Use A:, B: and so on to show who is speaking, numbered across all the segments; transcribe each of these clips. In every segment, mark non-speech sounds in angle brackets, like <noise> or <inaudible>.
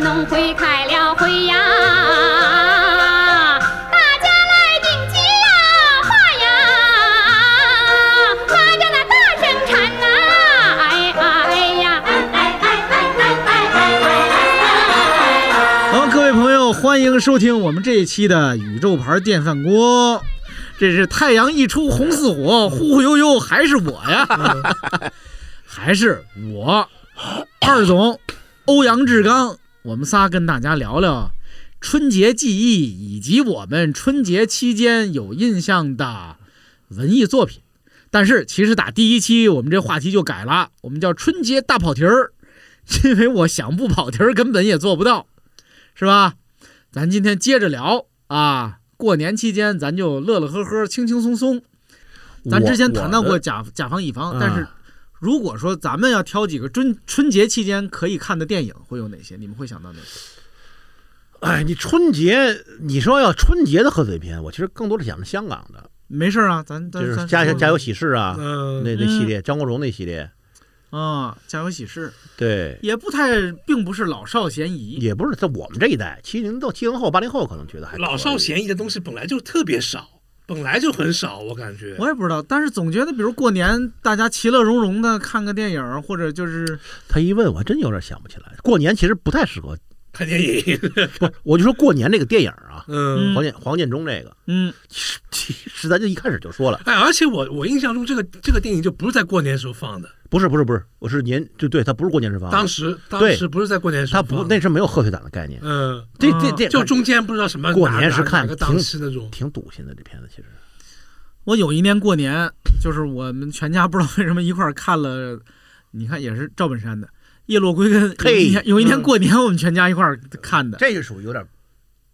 A: 开了会呀，大家来顶起呀，话呀，拉着那大声唱啊，哎哎呀，哎哎哎哎哎哎哎哎哎。
B: 好，各位朋友，欢迎收听我们这一期的宇宙牌电饭锅。这是太阳一出红似火，忽忽悠悠还是我呀，还是我，二总，欧阳志刚，我们仨跟大家聊聊春节记忆以及我们春节期间有印象的文艺作品。但是其实打第一期我们这话题就改了，我们叫春节大跑题儿，因为我想不跑题儿根本也做不到，是吧？咱今天接着聊啊，过年期间咱就乐乐呵呵、轻轻松松。咱之前谈到过甲甲方乙方，
C: 啊
B: 但是如果说咱们要挑几个春春节期间可以看的电影，会有哪些？你们会想到哪些？
C: 哎，你春节，你说要春节的贺岁片，我其实更多的想着香港的，
B: 没事儿啊，咱
C: 就
B: 咱
C: 是
B: 咱
C: 家
B: 说
C: 家有喜事啊，
D: 嗯，
C: 那那系列，张国荣那系列，
B: 啊，家有喜事
C: 对，
B: 也不太，并不是老少咸宜。
C: 也不是在我们这一代，七零到七零后、八零后可能觉得还
D: 老少咸宜的东西本来就特别少，本来就很少，我感觉。
B: 我也不知道，但是总觉得，比如过年大家其乐融融的看个电影，或者就是
C: 宜。他一问，我还真有点想不起来。过年其实不太适合，
D: 看
C: <laughs>
D: 电影，
C: 不，我就说过年这个电影啊，
D: 嗯，
C: 黄建黄建中这个，
B: 嗯，
C: 其实咱就一开始就说了，
D: 哎，而且我我印象中这个这个电影就不是在过年时候放的，
C: 不是不是不是，我是年就对他不是过年时放的，
D: 当时
C: 啊
D: 当
C: 对
D: 时不是在过年时
C: 他
D: 候
C: 不
D: 放的，
C: 那是没有贺岁档的概念，
D: 嗯，
C: 这
B: 啊
C: 这这
D: 就中间不知道什么
C: 过
D: 哪
C: 年时
D: 哪
C: 看
D: 哪个
C: 挺
D: 档期那种，
C: 挺堵心的这片子其实。
B: 我有一年过年， <coughs> 就是我们全家不知道为什么一块儿看了，你看也是赵本山的《叶落归根》。有一
C: 嘿
B: 年有一年
D: 嗯
B: 过年，我们全家一块儿看的。
C: 这就属于有点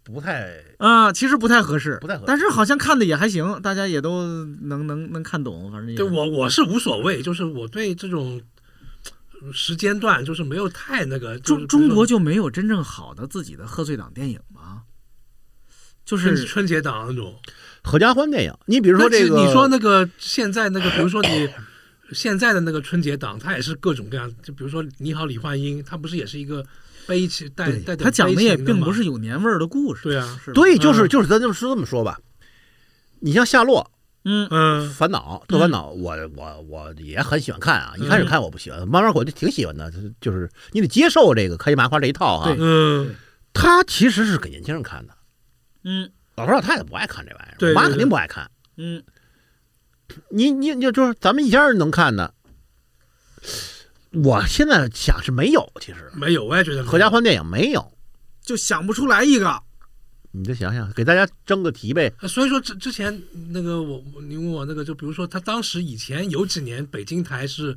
C: 不太
B: 啊、其实不太合适，
C: 不太合适
B: 但是好像看的也还行，大家也都能能能看懂，反正也
D: 对我我是无所谓，就是我对这种呃时间段就是没有太那个。就是
B: 中中国就没有真正好的自己的贺岁档电影吗？就
D: 春
B: 是
D: 春节档那种，
C: 合家欢电影。你比如说
D: 那
C: 这
D: 其实
C: 个，
D: 你说那个现在那个，比如说你现在的那个春节档，它也是各种各样，就比如说《你好，李焕英》，它不是也是一个悲情带
C: 对
D: 带点
B: 他讲
D: 悲
B: 的也
D: 情
B: 并
D: 嘛
B: 不是有年味儿的故事，
D: 对啊
B: 是吧
C: 对，就是
D: 嗯
C: 就是咱就说这么说吧。你像《夏洛
B: 嗯
D: 嗯
C: 烦恼》《特烦恼》我我我也很喜欢看啊。一开始看我不喜欢，慢慢我就挺喜欢的，就是就是你得接受这个开心麻花这一套啊
B: 对。
D: 嗯，
C: 它其实是给年轻人看的，
B: 嗯
C: 老头老太太不爱看这玩意儿，
D: 对
C: 我妈
D: 对
C: 肯定不爱看。
B: 嗯，
C: 你你你就是咱们一家人能看的，我现在想是没有，其实
D: 没有，我也觉得没有
C: 合家。欢电影没有。
B: 就想不出来一个，
C: 你就想想，给大家争个题呗。
D: 呃所以说之之前那个我我你问我那个，就比如说他当时以前有几年北京台是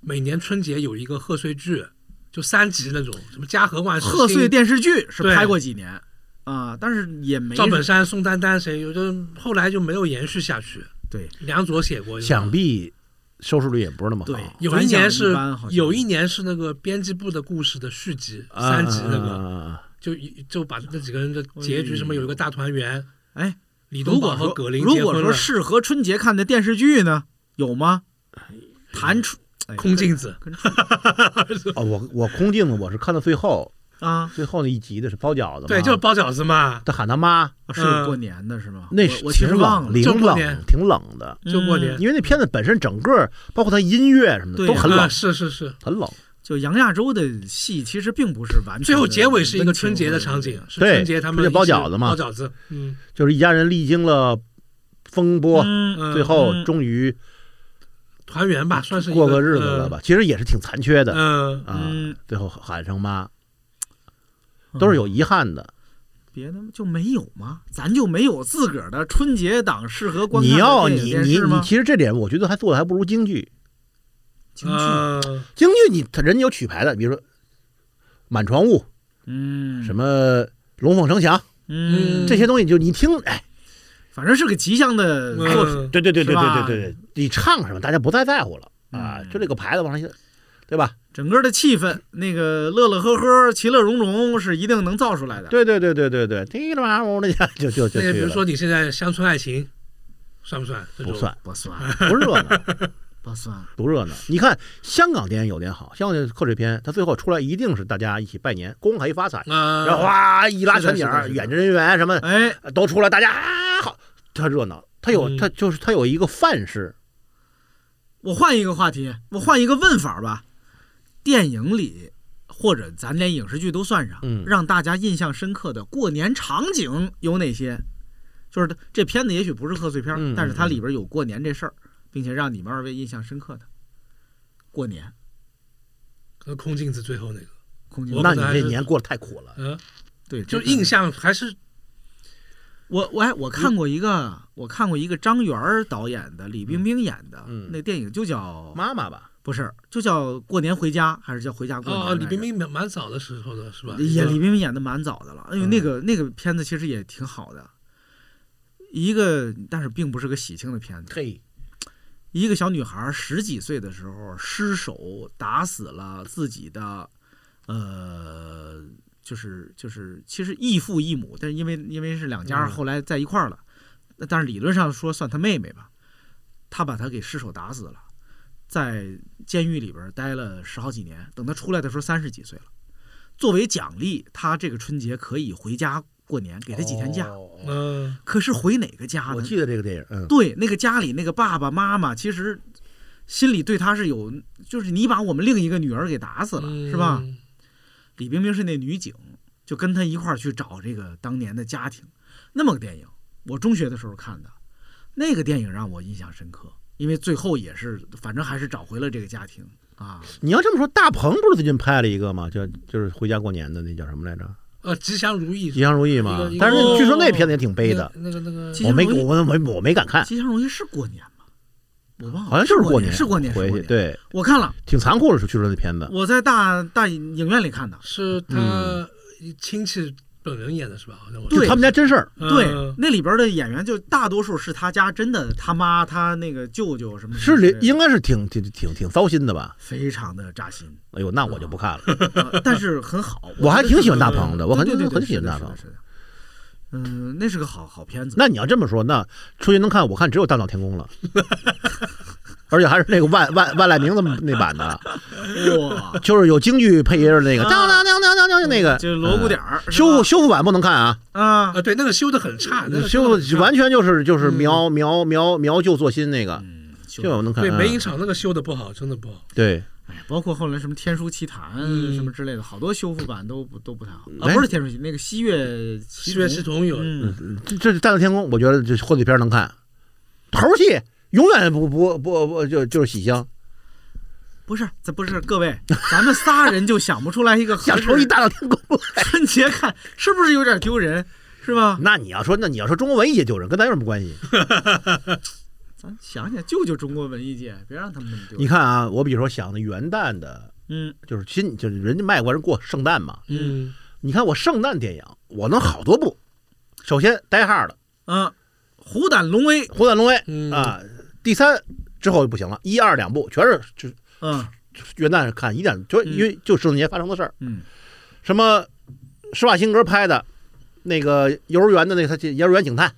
D: 每年春节有一个贺岁剧，就三集那种，什么家和万事兴
B: 贺岁电视剧是
D: 对
B: 拍过几年啊、但是也没
D: 赵本山、宋丹丹谁有的，后来就没有延续下去。
B: 对，
D: 梁左写过一个，
C: 想必收视率也不是那么好。
B: 对
D: 哦有一年
B: 反响
D: 是
B: 一般好像
D: 有一年是那个编辑部的故事的续集，
C: 啊
D: 三集那个，
C: 个
D: 就就把那几个人的结局什么有一个大团圆，
B: 哎，
D: 李
B: 如
D: 东宝
B: 果
D: 和
B: 说
D: 葛林
B: 如
D: 结
B: 果
D: 婚
B: 说
D: 了，
B: 适合春节看的电视剧呢，有吗？弹出哎
D: 嗯空镜子，
B: 跟出
C: 哦，我我空镜子我是看到最后
B: 啊，
C: 最后那一集的是包饺子嘛，
D: 对，就是包饺子嘛，
C: 他喊他妈，
B: 是有过年的是吗？
C: 那
B: 我
C: 是
B: 我其
C: 挺
B: 实忘
C: 冷，
B: 了，
C: 挺
D: 就过年
C: 冷，挺冷的。
D: 就过年
B: 嗯
C: 因为那片子本身整个包括它音乐什么的
B: 对
C: 都很冷
D: 啊，是是是，
C: 很冷。
B: 就杨亚洲的戏其实并不是完全的
D: 最后结尾是一个
B: 温情
D: 春节
B: 或
D: 的
B: 者
D: 场
B: 怎么
D: 景
B: 样，
D: 是
C: 嗯对
D: 春节他们
C: 春节包
D: 一起
C: 饺子嘛
D: 包饺子，嗯，
C: 就是一家人历经了风波，
B: 嗯，
D: 嗯
C: 最后
B: 嗯
C: 终于
D: 团圆吧，算是
C: 嗯
D: 一
C: 过个日子了吧？，其实也是挺残缺的
D: 嗯，
C: 啊。
B: 嗯
C: 最后喊声妈，都是有遗憾的。
B: 别的就没有吗？咱就没有自个儿的春节档适合观看
C: 你
B: 的
C: 要
B: 电影
C: 你
B: 电
C: 你
B: 视
C: 你，
B: 吗？
C: 其实这点我觉得还做的还不如京剧。
B: 京剧
C: 啊
D: 嗯，
C: 京剧你他人家有曲牌的，比如说《满床雾》
B: 嗯
C: 什么《龙凤呈祥》
B: 嗯
C: 这些东西，就你听，哎，
B: 反正是个吉祥的作品，
D: 嗯
C: 对对对对
B: 是吧
C: 对对对对，你唱什么大家不太在乎了啊
B: 嗯，
C: 就这个牌子往上一，对吧？
B: 整个的气氛那个乐乐呵呵、其乐融融是一定能造出来的。
C: 对对对对对对，滴了吧呜的就就就去
D: 那个比如
C: 了，
D: 说你现在乡村爱情，算不算？这
C: 不
D: 种
C: 算
B: 不算，
C: 不热闹，
B: 不算。
C: 不热闹。你看香港电影有点好，香港电影贺岁片，它最后出来一定是大家一起拜年，恭喜发财，
D: 啊，
C: 然后哗一拉
B: 是的
C: 全景
B: 是的
C: 儿，
B: 是的
C: 演职人员什么
B: 哎，
C: 呃都出来，大家啊好，它热闹，它有
D: 嗯
C: 它就是它有一个范式，
B: 我换一个话题，我换一个问法吧。电影里，或者咱连影视剧都算上，
C: 嗯
B: 让大家印象深刻的过年场景有哪些？就是这片子也许不是贺岁片，
C: 嗯
B: 但是它里边有过年这事儿，并且让你们二位印象深刻的过年
D: 可能空镜子最后那个，
B: 空间
D: 我。
C: 那
D: 可
C: 你
D: 能还
C: 这
D: 是
C: 年过得太苦了。
D: 嗯，
B: 对，这
D: 就
B: 个
D: 印象还是
B: 我我哎，我
D: 嗯
B: 看过一个，我看过一个张元儿导演的，李冰冰演的、
C: 嗯
B: 那电影，就叫
C: 妈妈吧，
B: 不是，就叫过年回家，还是叫回家过年来
D: 哦，
B: 着？
D: 李冰冰蛮蛮早的时候的是吧？
B: 也李冰冰演的蛮早的了。哎呦，
C: 嗯
B: 那个那个片子其实也挺好的，一个但是并不是个喜庆的片子。
C: 嘿，
B: 一个小女孩十几岁的时候失手打死了自己的，呃，就是就是其实异父异母，但是因为因为是两家
C: 嗯
B: 后来在一块儿了，那但是理论上说算她妹妹吧，她把她给失手打死了，在监狱里边待了十好几年，等她出来的时候三十几岁了。作为奖励，她这个春节可以回家过年，给她几天假。
C: 哦
D: 嗯，
B: 可是回哪个家呢？
C: 我记得这个电影，嗯，
B: 对，那个家里那个爸爸妈妈，其实心里对他是有，就是你把我们另一个女儿给打死了，
D: 嗯
B: 是吧？？李冰冰是那女警，就跟他一块儿去找这个当年的家庭。那么个电影，我中学的时候看的，那个电影让我印象深刻，因为最后也是，反正还是找回了这个家庭啊。
C: 你要这么说，大鹏不是最近拍了一个吗？就就是回家过年的那叫什么来着？
D: 呃，吉祥如意
C: 吉，祥如意
D: 一
C: 嘛
D: 个一。个
C: 但是那
B: 哦
C: 据说那片子也挺悲
D: 那
C: 的
D: 个，那个那个
B: 吉祥
C: 我没
B: 如意
C: 我我没我没敢看，
B: 吉祥如意是过年吗？我忘了，
C: 哎好像就是是过
B: 年，是过年，是
C: 回
B: 过
C: 去
B: 年。，
C: 对，
B: 我看了，
C: 挺残酷的是，据说那片子。
B: 我在大大影影院里看的。
D: 是他亲戚本人演的是吧？好像我
B: 对
C: 就他们家真事儿，
B: 对
D: 嗯，
B: 那里边的演员就大多数是他家真的他妈他那个舅舅什么
C: 是
B: 里
C: 里应该是挺挺挺挺糟心的吧？
B: 非常的扎心，
C: 哎呦，那我就不看了。
B: 呃但是很好，
C: 我还
B: 觉得
C: 挺喜
B: 是
C: 欢大鹏的，我很
B: 对对对对
C: 很喜欢
B: 是的
C: 大
B: 是的
C: 鹏。
B: 是的嗯，那是个好好片子。
C: 那你要这么说，那出去能看，我看只有《大闹天宫》了，而且还是那个万万万籁鸣的那版的，
B: 哇，
C: 就是有京剧配音的那个，
B: 啊
C: 当当当当当当那个，
B: 就是锣鼓点
C: 嗯
B: 儿是吧
C: 修修复版不能看啊，
B: 啊
D: 啊，，对，那个修的很差，那个
C: 修
D: 得很
C: 复
D: 差
C: 完全就是就是苗苗苗苗旧做新那个，
B: 嗯，
C: 这
B: 就
C: 个我能看。
D: 对
C: 嗯
D: 梅影厂那个修的不好，真的不好。
C: 对，
B: 哎包括后来什么《天书奇谭》啊
D: 嗯
B: 什么之类的，好多修复版都不都不太好啊，
C: 哎
B: 不是《天书奇》，那个《西岳奇
D: 西岳系统有，
B: 嗯，
C: 这这《大闹天宫》，我觉得这贺岁片能看，猴戏永远不不不不就就是喜庆，
B: 不是，这不是各位，咱们仨人就 <laughs> 想不出来一个合
C: 想
B: 适
C: 成一大闹天宫。
B: 春节看是不是有点丢人，是吧？
C: <laughs> 那你要说，那你要说中国文艺界丢人，跟咱有什么关系？
B: 咱想想，救救中国文艺界，别让他们那么丢人。
C: 你，看啊，我比如说想的元旦的，
B: 嗯，
C: 就是新，就是人家外国人过圣诞嘛。
D: 嗯，
C: 你看我圣诞电影，我能好多部。首先，《呆哈的
B: 啊，虎胆龙威，
C: 《虎胆龙威》
D: 嗯
C: 啊，第三之后就不行了，一二两部全是就是
B: 嗯
C: 元旦看，一点就
B: 嗯
C: 因为就圣诞节发生的事儿。
B: 嗯，
C: 什么施瓦辛格拍的，那个幼儿园的那个他去幼儿园警探，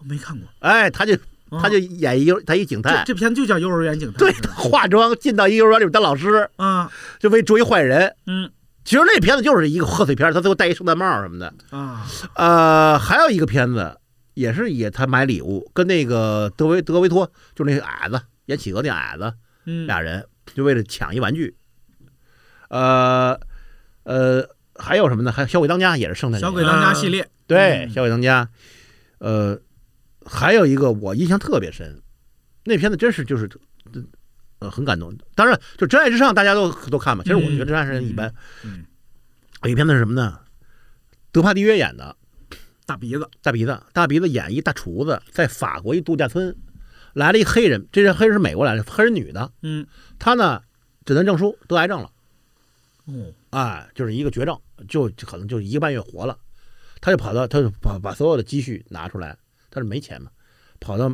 B: 我没看过，
C: 哎，他就
B: 啊
C: 他就演一幼他一警
B: 这
C: 探，
B: 这片就叫《幼儿园警探》
C: 对
B: 是
C: 他
B: 吧，
C: 化妆进到一幼儿园里边当老师，
B: 啊，
C: 就为捉一坏人。
B: 嗯
C: 其实那片子就是一个贺岁片，他最后戴一圣诞帽什么的。
B: 啊，
C: 呃，还有一个片子也是也他买礼物，跟那个德维德维托就是那个矮子演企鹅那矮子
B: 嗯，
C: 俩人就为了抢一玩具。呃呃，还有什么呢？还有小鬼当家也是圣诞节
B: 小鬼当家系列，
C: 对，
B: 嗯
C: 小鬼当家，呃，还有一个我印象特别深，那片子真是就是，呃，很感动。当然，就《真爱至上》，大家都都看嘛。其实我觉得《真爱至上》一般。
B: 嗯，
C: 有一片子是什么呢？德帕蒂约演的
B: 大鼻子，
C: 大鼻子，大鼻子演一大厨子，在法国一度假村来了一黑人，这人黑人是美国来的，黑人女的，
B: 嗯，
C: 她呢诊断证书得癌症了，
B: 哦，
C: 哎，就是一个绝症，就就可能就一个半月活了，他就跑到，他就把把所有的积蓄拿出来，他是没钱嘛，跑到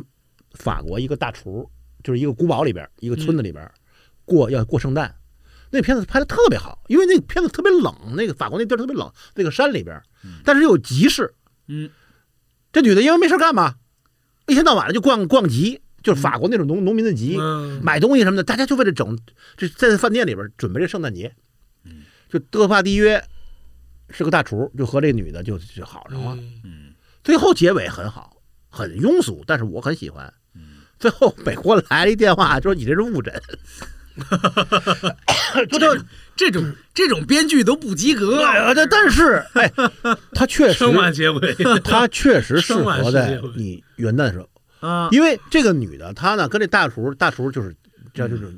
C: 法国一个大厨，就是一个古堡里边，一个村子里边、过要过圣诞。那片子拍的特别好，因为那片子特别冷，那个法国那地儿特别冷，那个山里边，但是又有集市。
B: 嗯，
C: 这女的因为没事干嘛，一天到晚的就逛逛集，就是法国那种农农民的集，
D: 嗯，
C: 买东西什么的，大家就为了整，就在饭店里边准备这圣诞节。就德帕蒂约是个大厨，就和这女的就就好啊上了。
D: 嗯
C: 最后结尾很好，很庸俗，但是我很喜欢。最后美国来了一电话，说你这是误诊，
B: 不就这种这种编剧都不及
C: <laughs>
B: 格。
C: 呃但但是哎，他确实
D: 春晚结尾，
C: 他确实适
D: 生完
C: 合
D: 世
C: 在
D: 界会
C: 你元旦的时候，
B: 啊，
C: 因为这个女的她呢跟这大厨，大厨就是这就是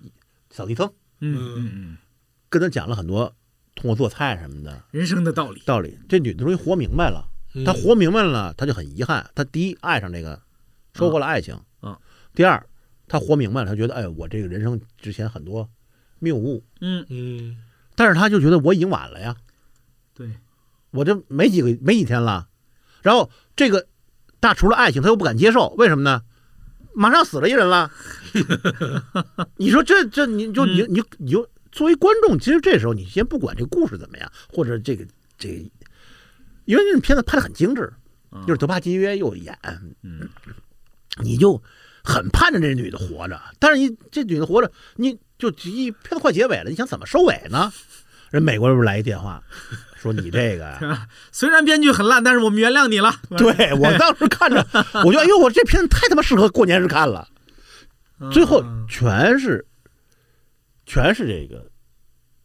C: 扫地僧，
B: 嗯嗯嗯，
C: 跟他讲了很多通过做菜什么的
B: 人生的道理。
C: 道理。这女的终于活明白了，
D: 嗯
C: 她活明白了，她就很遗憾，她第一爱上这个，收获了爱情，
B: 嗯，
C: 第二她活明白了，她觉得哎，我这个人生之前很多谬误，
B: 嗯，
D: 嗯
C: 但是她就觉得我已经晚了呀，
B: 对，
C: 我这没几个没几天了，然后这个大厨的爱情她又不敢接受，为什么呢？马上死了一
B: <laughs>
C: 人了，你说这这你
B: 嗯
C: 就你你你就作为观众，其实这时候你先不管这个故事怎么样，或者这个这个，因为这片子拍的很精致，
B: 嗯
C: 就是德帕基约又演，
B: 嗯
C: 你就很盼着这女的活着，但是你这女的活着，你就一片子快结尾了，你想怎么收尾呢？人美国人不是来一电话，说你这个呀。
B: <laughs> 虽然编剧很烂，但是我们原谅你了。
C: 对我当时看着，我觉得哎呦，我这片子太他妈适合过年时看了。
B: 嗯
C: 最后全是，全是这个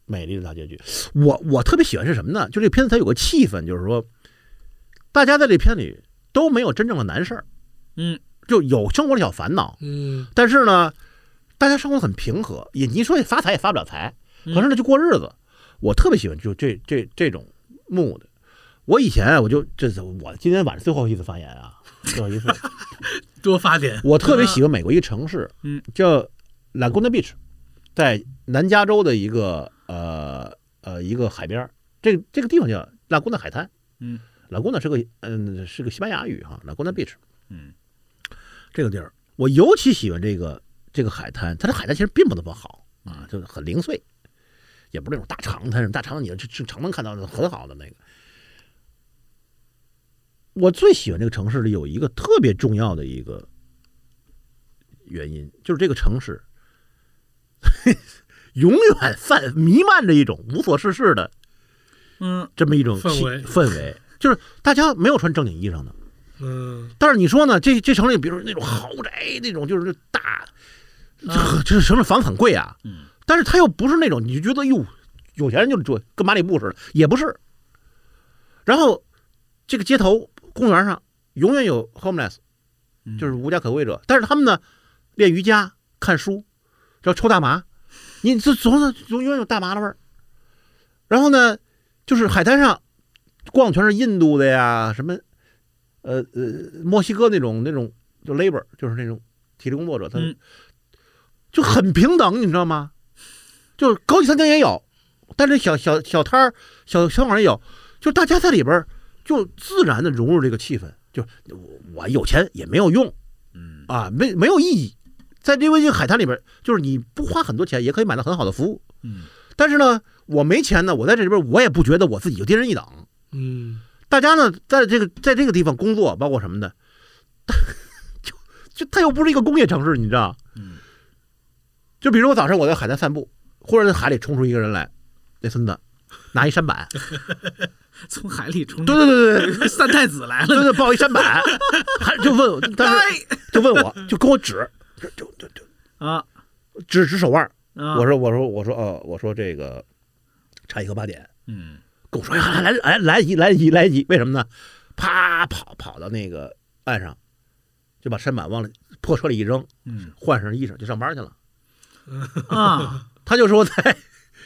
C: 美丽的大结局。我我特别喜欢是什么呢？就这个片子它有个气氛，就是说，大家在这片里都没有真正的难事儿，
B: 嗯，
C: 就有生活的小烦恼，
D: 嗯
C: 但是呢，大家生活得很平和，也你说也发财也发不了财，
B: 嗯
C: 可是呢就过日子。我特别喜欢就这这这种 mood。我以前啊，我就这是我今天晚上最后一次发言啊，最后一次，
D: 多发点，
C: <laughs> 我特别喜欢美国一城市，
B: 嗯，
C: 叫 Laguna Beach，在南加州的一个呃呃一个海边儿，这个这个地方叫 Laguna 海滩，
B: 嗯
C: ，Laguna 是个嗯是个西班牙语哈，Laguna Beach，
B: 嗯，
C: 这个地儿，我尤其喜欢这个这个海滩，它这海滩其实并不那么好啊，就是很零碎，也不是那种大长滩，大长滩你这这常能看到的很好的那个。我最喜欢这个城市里有一个特别重要的一个原因，就是这个城市 <laughs> 永远散弥漫着一种无所事事的
B: 嗯
C: 这么一种
D: 氛
C: 气
D: 围
C: 氛围，就是大家没有穿正经衣裳的。
D: 嗯
C: 但是你说呢？这这城里，比如说那种豪宅，那种就是大，
D: 嗯
B: 啊
C: 这这城市房很贵啊。
B: 嗯，
C: 但是它又不是那种你就觉得哟，有钱人就住跟马里布似的，也不是。然后这个街头公园上永远有 homeless，
B: 嗯
C: 就是无家可归者。但是他们呢，练瑜伽、看书，然后抽大麻，你这总是永远有大麻的味儿。然后呢，就是海滩上逛全是印度的呀，什么呃呃墨西哥那种那种就 labor 就是那种体力工作者，他、
B: 嗯
C: 就很平等，你知道吗？就是高级餐厅也有，但是小小小摊儿、小小馆儿也有，就大家在里边儿就自然的融入这个气氛，就我我有钱也没有用
B: 嗯
C: 啊，没没有意义。在这个海滩里边儿，就是你不花很多钱也可以买到很好的服务，
B: 嗯
C: 但是呢，我没钱呢，我在这里边儿我也不觉得我自己就低人一等，
D: 嗯，
C: 大家呢，在这个在这个地方工作，包括什么的， <laughs> 就就它又不是一个工业城市，你知道？
B: 嗯。
C: 就比如我早上我在海滩散步，忽然海里冲出一个人来，那孙子拿一
B: <laughs>
C: 扇板，
B: 从海里冲出
C: 对对对
B: <laughs>
C: 对
B: 三太子来
C: 对
B: 了，
C: 对，抱一
B: <laughs>
C: 扇板，还就问我，当时
B: 哎
C: 就问我，就跟我指，就就就就
B: 啊
C: 指指手腕儿。
B: 啊！
C: 我说我说我说哦，我说这个差一个八点，
B: 嗯
C: 跟我说：“哎呀，来来来得及，来得及，来得及！为什么呢？啪，跑跑到那个岸上，就把舢板往破车里一扔，
B: 嗯
C: 换上衣裳就上班去了。
B: 啊
C: 他就说在，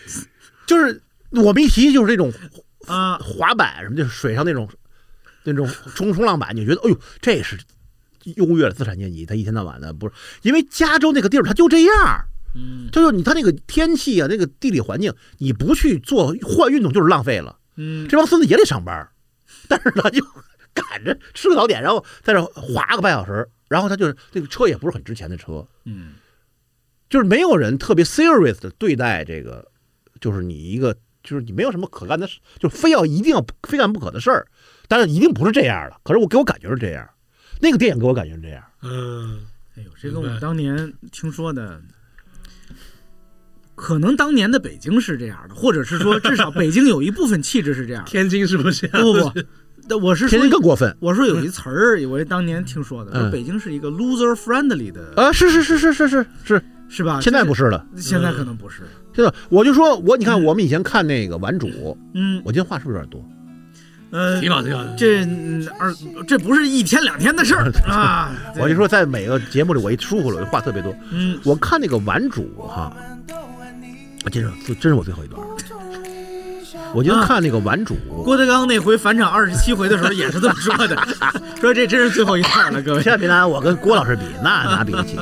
C: <laughs> 就是我们一提就是这种
B: 啊
C: 滑板什么，就是水上那种那种冲冲浪板，你就觉得哎呦，这是优越的资产阶级。他一天到晚的不是因为加州那个地儿，他就这样，
B: 嗯
C: 就是你他那个天气啊，那个地理环境，你不去做换运动就是浪费了。
B: 嗯
C: 这帮孙子也得上班儿， <laughs> 但是呢，就赶着吃个早点，然后在这儿滑个半小时，然后他就是这个车也不是很值钱的车，
B: 嗯
C: 就是没有人特别 serious 的对待这个，就是你一个就是你没有什么可干的事，就是非要一定要非干不可的事儿，但是一定不是这样的。可是我给我感觉是这样，那个电影给我感觉是这样，
D: 嗯
B: 哎呦，这跟
D: 明
B: 我
D: 白
B: 当年听说的，可能当年的北京是这样的，或者是
C: <laughs>
B: 说，至少北京有一部分气质是这样的。
D: 天津是不是？ <laughs>
B: 不不不，但我是说
C: 天，津更过分
B: 我说有一词儿，我当年听说的，说
C: 嗯
B: 北京是一个 loser friendly 的，
C: 啊！是是是是是是是，
B: 是吧？
C: 现在不
B: 是，
C: 是了。
B: 现在可能不是。
C: 现在我就说我，你看
B: 嗯
C: 我们以前看那个《顽主》，
B: 嗯
C: 我今天话是不是有点多？
B: 呃，
D: 挺好挺好。
B: 这嗯二这不是一天两天的事
C: <laughs>
B: 儿啊。对
C: 我就，说在每个节目里，我一疏忽了，我就话特别多。
B: 嗯，
C: 我看那个《顽主》哈，啊真是真是我最后一段儿。我今天看那个《顽主》，
B: 啊郭德纲那回返场二十七回的时候也是这么说
C: <laughs>
B: 的，说这真是最后一趟了，各位
C: 千。万别拿我跟郭老师比，那哪比得起？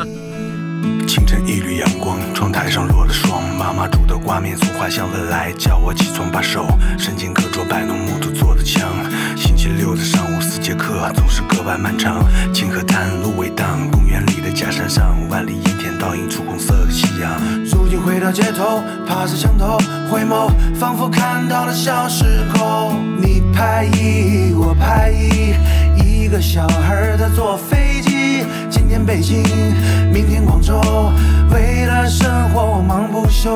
E: 清晨一缕阳光，窗台上落了霜。妈妈煮的挂面从花香了来，叫我起床把手伸进课桌，摆弄木头做的枪。星期六的上午，四节课总是格外漫长。清河滩、芦苇荡，公园里的假山上，万里阴天倒映出红色的夕阳。如今回到街头，趴着墙头，回眸，仿佛看到了小时候。你拍一，我拍一，一个小孩儿他坐飞机。今天北京，明天广州，为了生活我忙不休。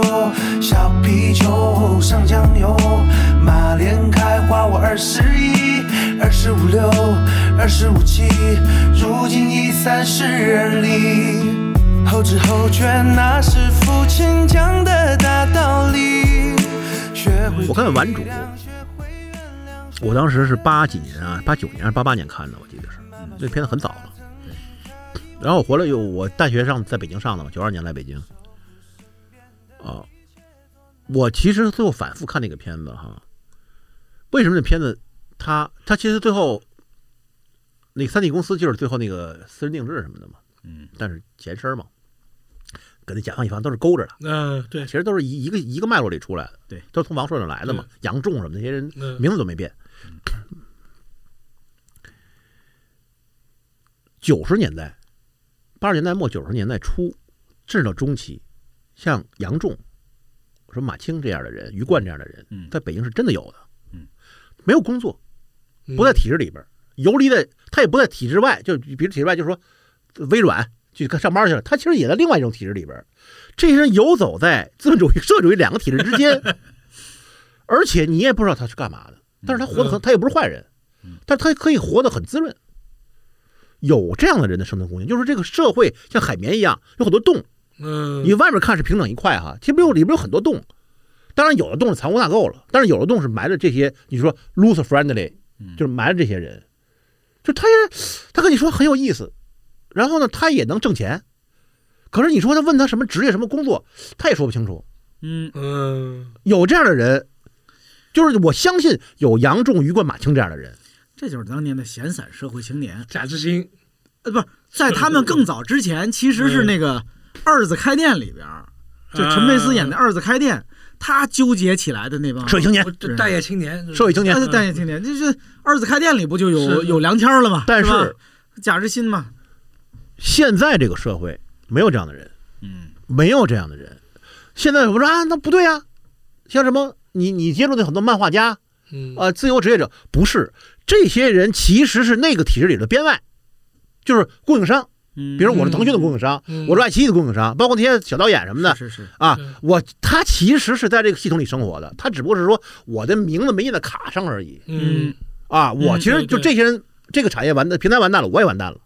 E: 小啤酒上酱油，马莲开花我二十一，二十五六，二十五七，如今已三十而立。后知后觉，那是父亲讲的大道理。学会
C: 我看顽主
E: 体谅学会原谅
C: 我当时是八几年啊，八九年还是八八年看的，我记得是，那片子很早了。然后我回来又我大学上在北京上的嘛，九二年来北京。啊，我其实最后反复看那个片子哈，为什么那片子它它其实最后那个三 D 公司就是最后那个私人定制什么的嘛，嗯，但是前身嘛，跟那甲方乙方都是勾着的。
D: 嗯，对
C: 其，实都是一一个一个脉络里出来的，
B: 对，嗯
C: 都是从王朔那来的嘛。杨仲什么那些人
D: 嗯
C: 名字都没变。九十年代，八十年代末九十年代初，甚至到中期，像杨仲、什么马青这样的人，于冠这样的人，
B: 嗯
C: 在北京是真的有的。
B: 嗯，
C: 没有工作，
D: 嗯
C: 不在体制里边儿，游离在他也不在体制外，就比如体制外，就是说微软去上班去了，他其实也在另外一种体制里边儿。这些人游走在资本主义、 <laughs> 社会主义两个体制之间，而且你也不知道他是干嘛的，但是他活得很，他也不是坏人，但是他可以活得很滋润。有这样的人的生存空间，就是这个社会像海绵一样，有很多洞，
D: 嗯，
C: 你外面看是平整一块哈，其实有里边有很多洞。当然有的洞是藏污纳垢了，但是有的洞是埋着这些，你说 loser friendly，就
B: 嗯
C: 是埋着这些人，就他也他跟你说很有意思，然后呢他也能挣钱，可是你说他问他什么职业什么工作，他也说不清楚。
B: 嗯，
D: 嗯，
C: 有这样的人，就是我相信有杨仲、于冠、马青这样的人，
B: 这就是当年的闲散社会青年。
D: 贾志新，
B: 呃，不是，在他们更早之前，其实是那个《二子开店》里边儿，就陈佩斯演的《二子开店》，他纠结起来的那帮
C: 社会青年
D: 呃我，这待业青年，
C: 社会青年。
B: 呃但也青年，就是《二子开店》里不就有
D: 是
B: 有梁天儿了吗？
C: 但
B: 是吧
C: 是
B: 贾志新嘛，
C: 现在这个社会没有这样的人，
B: 嗯，
C: 没有这样的人。现在我说啊，那不对啊，像什么你你接触的很多漫画家
D: 嗯，
C: 啊、自由职业者，不是这些人其实是那个体制里的编外，就是供应商。
B: 嗯，
C: 比如我是腾讯的供应商，
D: 嗯
C: 我是爱奇艺的供应商，包括那些小导演什么的。
B: 是是是，
C: 啊
D: 是，
C: 我他其实是在这个系统里生活的，他只不过是说我的名字没印在卡上而已
D: 嗯，
C: 啊。我其实
D: 对
C: 就
D: 对
C: 这些人，这个产业完的平台完蛋了，我也完蛋了，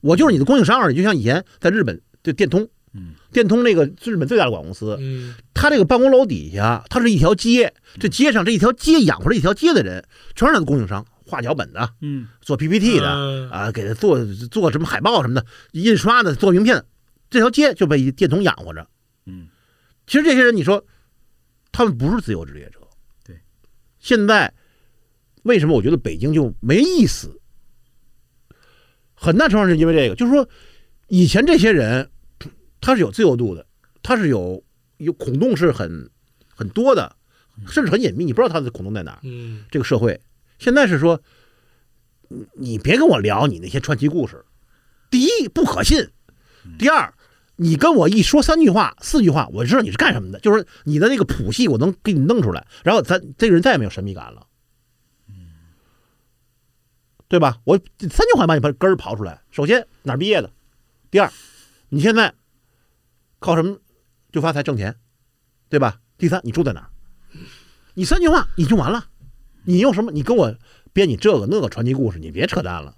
C: 我就是你的供应商而已。就像以前在日本，就电通，
B: 嗯，
C: 电通那个日本最大的广告公司，
D: 嗯，
C: 他这个办公楼底下，它是一条街，这街上这一条街养活这一条街的人，全是他的供应商，画脚本的，
B: 嗯
C: 做 PPT 的，
D: 的，
C: 啊，给他做做什么海报什么的，印刷的，做名片的，这条街就被电筒养活着。
B: 嗯，
C: 其实这些人，你说他们不是自由职业者，
B: 对。
C: 现在为什么我觉得北京就没意思？很大程度上是因为这个，就是说以前这些人他是有自由度的，他是有有孔洞是很很多的，甚至很隐秘，你不知道他的孔洞在哪儿。
D: 嗯，
C: 这个社会现在是说，你你别跟我聊你那些传奇故事，第一不可信，第二你跟我一说三句话、四句话，我知道你是干什么的，就是你的那个谱系我能给你弄出来，然后咱这个人再也没有神秘感了，对吧？我三句话把你把根儿刨出来，首先哪儿毕业的，第二，你现在靠什么就发财挣钱，对吧？第三，你住在哪儿？你三句话已经完了，你用什么？你跟我编你这个那个传奇故事，你别扯淡了。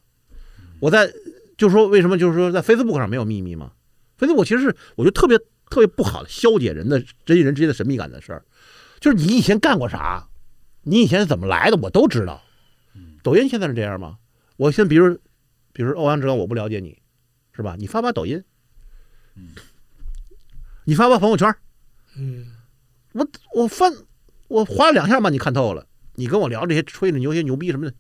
C: 我在就说为什么就是说在 Facebook 上没有秘密吗？Facebook 其实是我觉得特别特别不好的消解人的人与人之间的神秘感的事儿，就是你以前干过啥，你以前怎么来的，我都知道。抖音现在是这样吗？我先比如，比如欧阳之刚，我不了解你，是吧？你发发抖音，你发发朋友圈，
D: 嗯，
C: 我我翻我划了两下嘛，你看透了。你跟我聊这些吹着牛些牛逼什么的，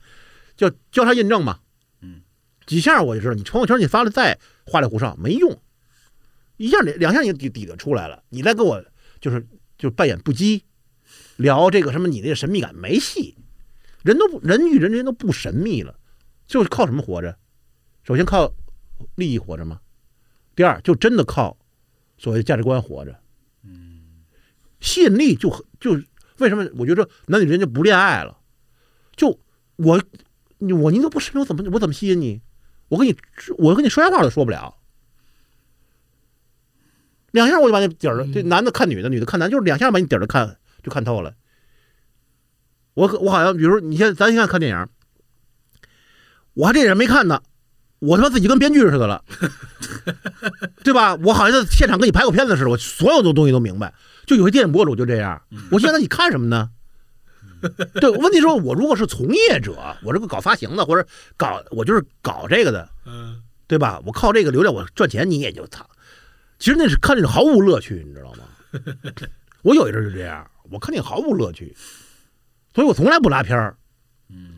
C: 叫交叉印证嘛。
B: 嗯，
C: 几下我就知道你朋友圈你发了再花里胡哨没用，一下两两下你底底子出来了。你再跟我就是就扮演不羁，聊这个什么你那个神秘感没戏，人都不人与人之间都不神秘了，就是靠什么活着？首先靠利益活着吗？第二就真的靠所谓价值观活着。吸引力就很就为什么我觉得男女之间就不恋爱了？就我你我你都不视频，我怎么我怎么吸引你？我跟你我跟你说瞎话都说不了，两下我就把你底儿了。这
D: 嗯
C: 男的看女的，女的看男，就是两下把你底儿了看就看透了。我可我好像比如说你现在咱现在看电影，我还这人没看呢，我他妈自己跟编剧似的了，对吧？我好像在现场跟你拍过片子似的，我所有的东西都明白。就有些电影博主就这样。我现在你看什么呢？对，问题说，我如果是从业者，我这个搞发行的，或者搞我就是搞这个的，
D: 嗯，
C: 对吧？我靠这个流量我赚钱，你也就操。其实那是看这种毫无乐趣，你知道吗？我有一阵儿就这样，我看那个毫无乐趣，所以我从来不拉片儿，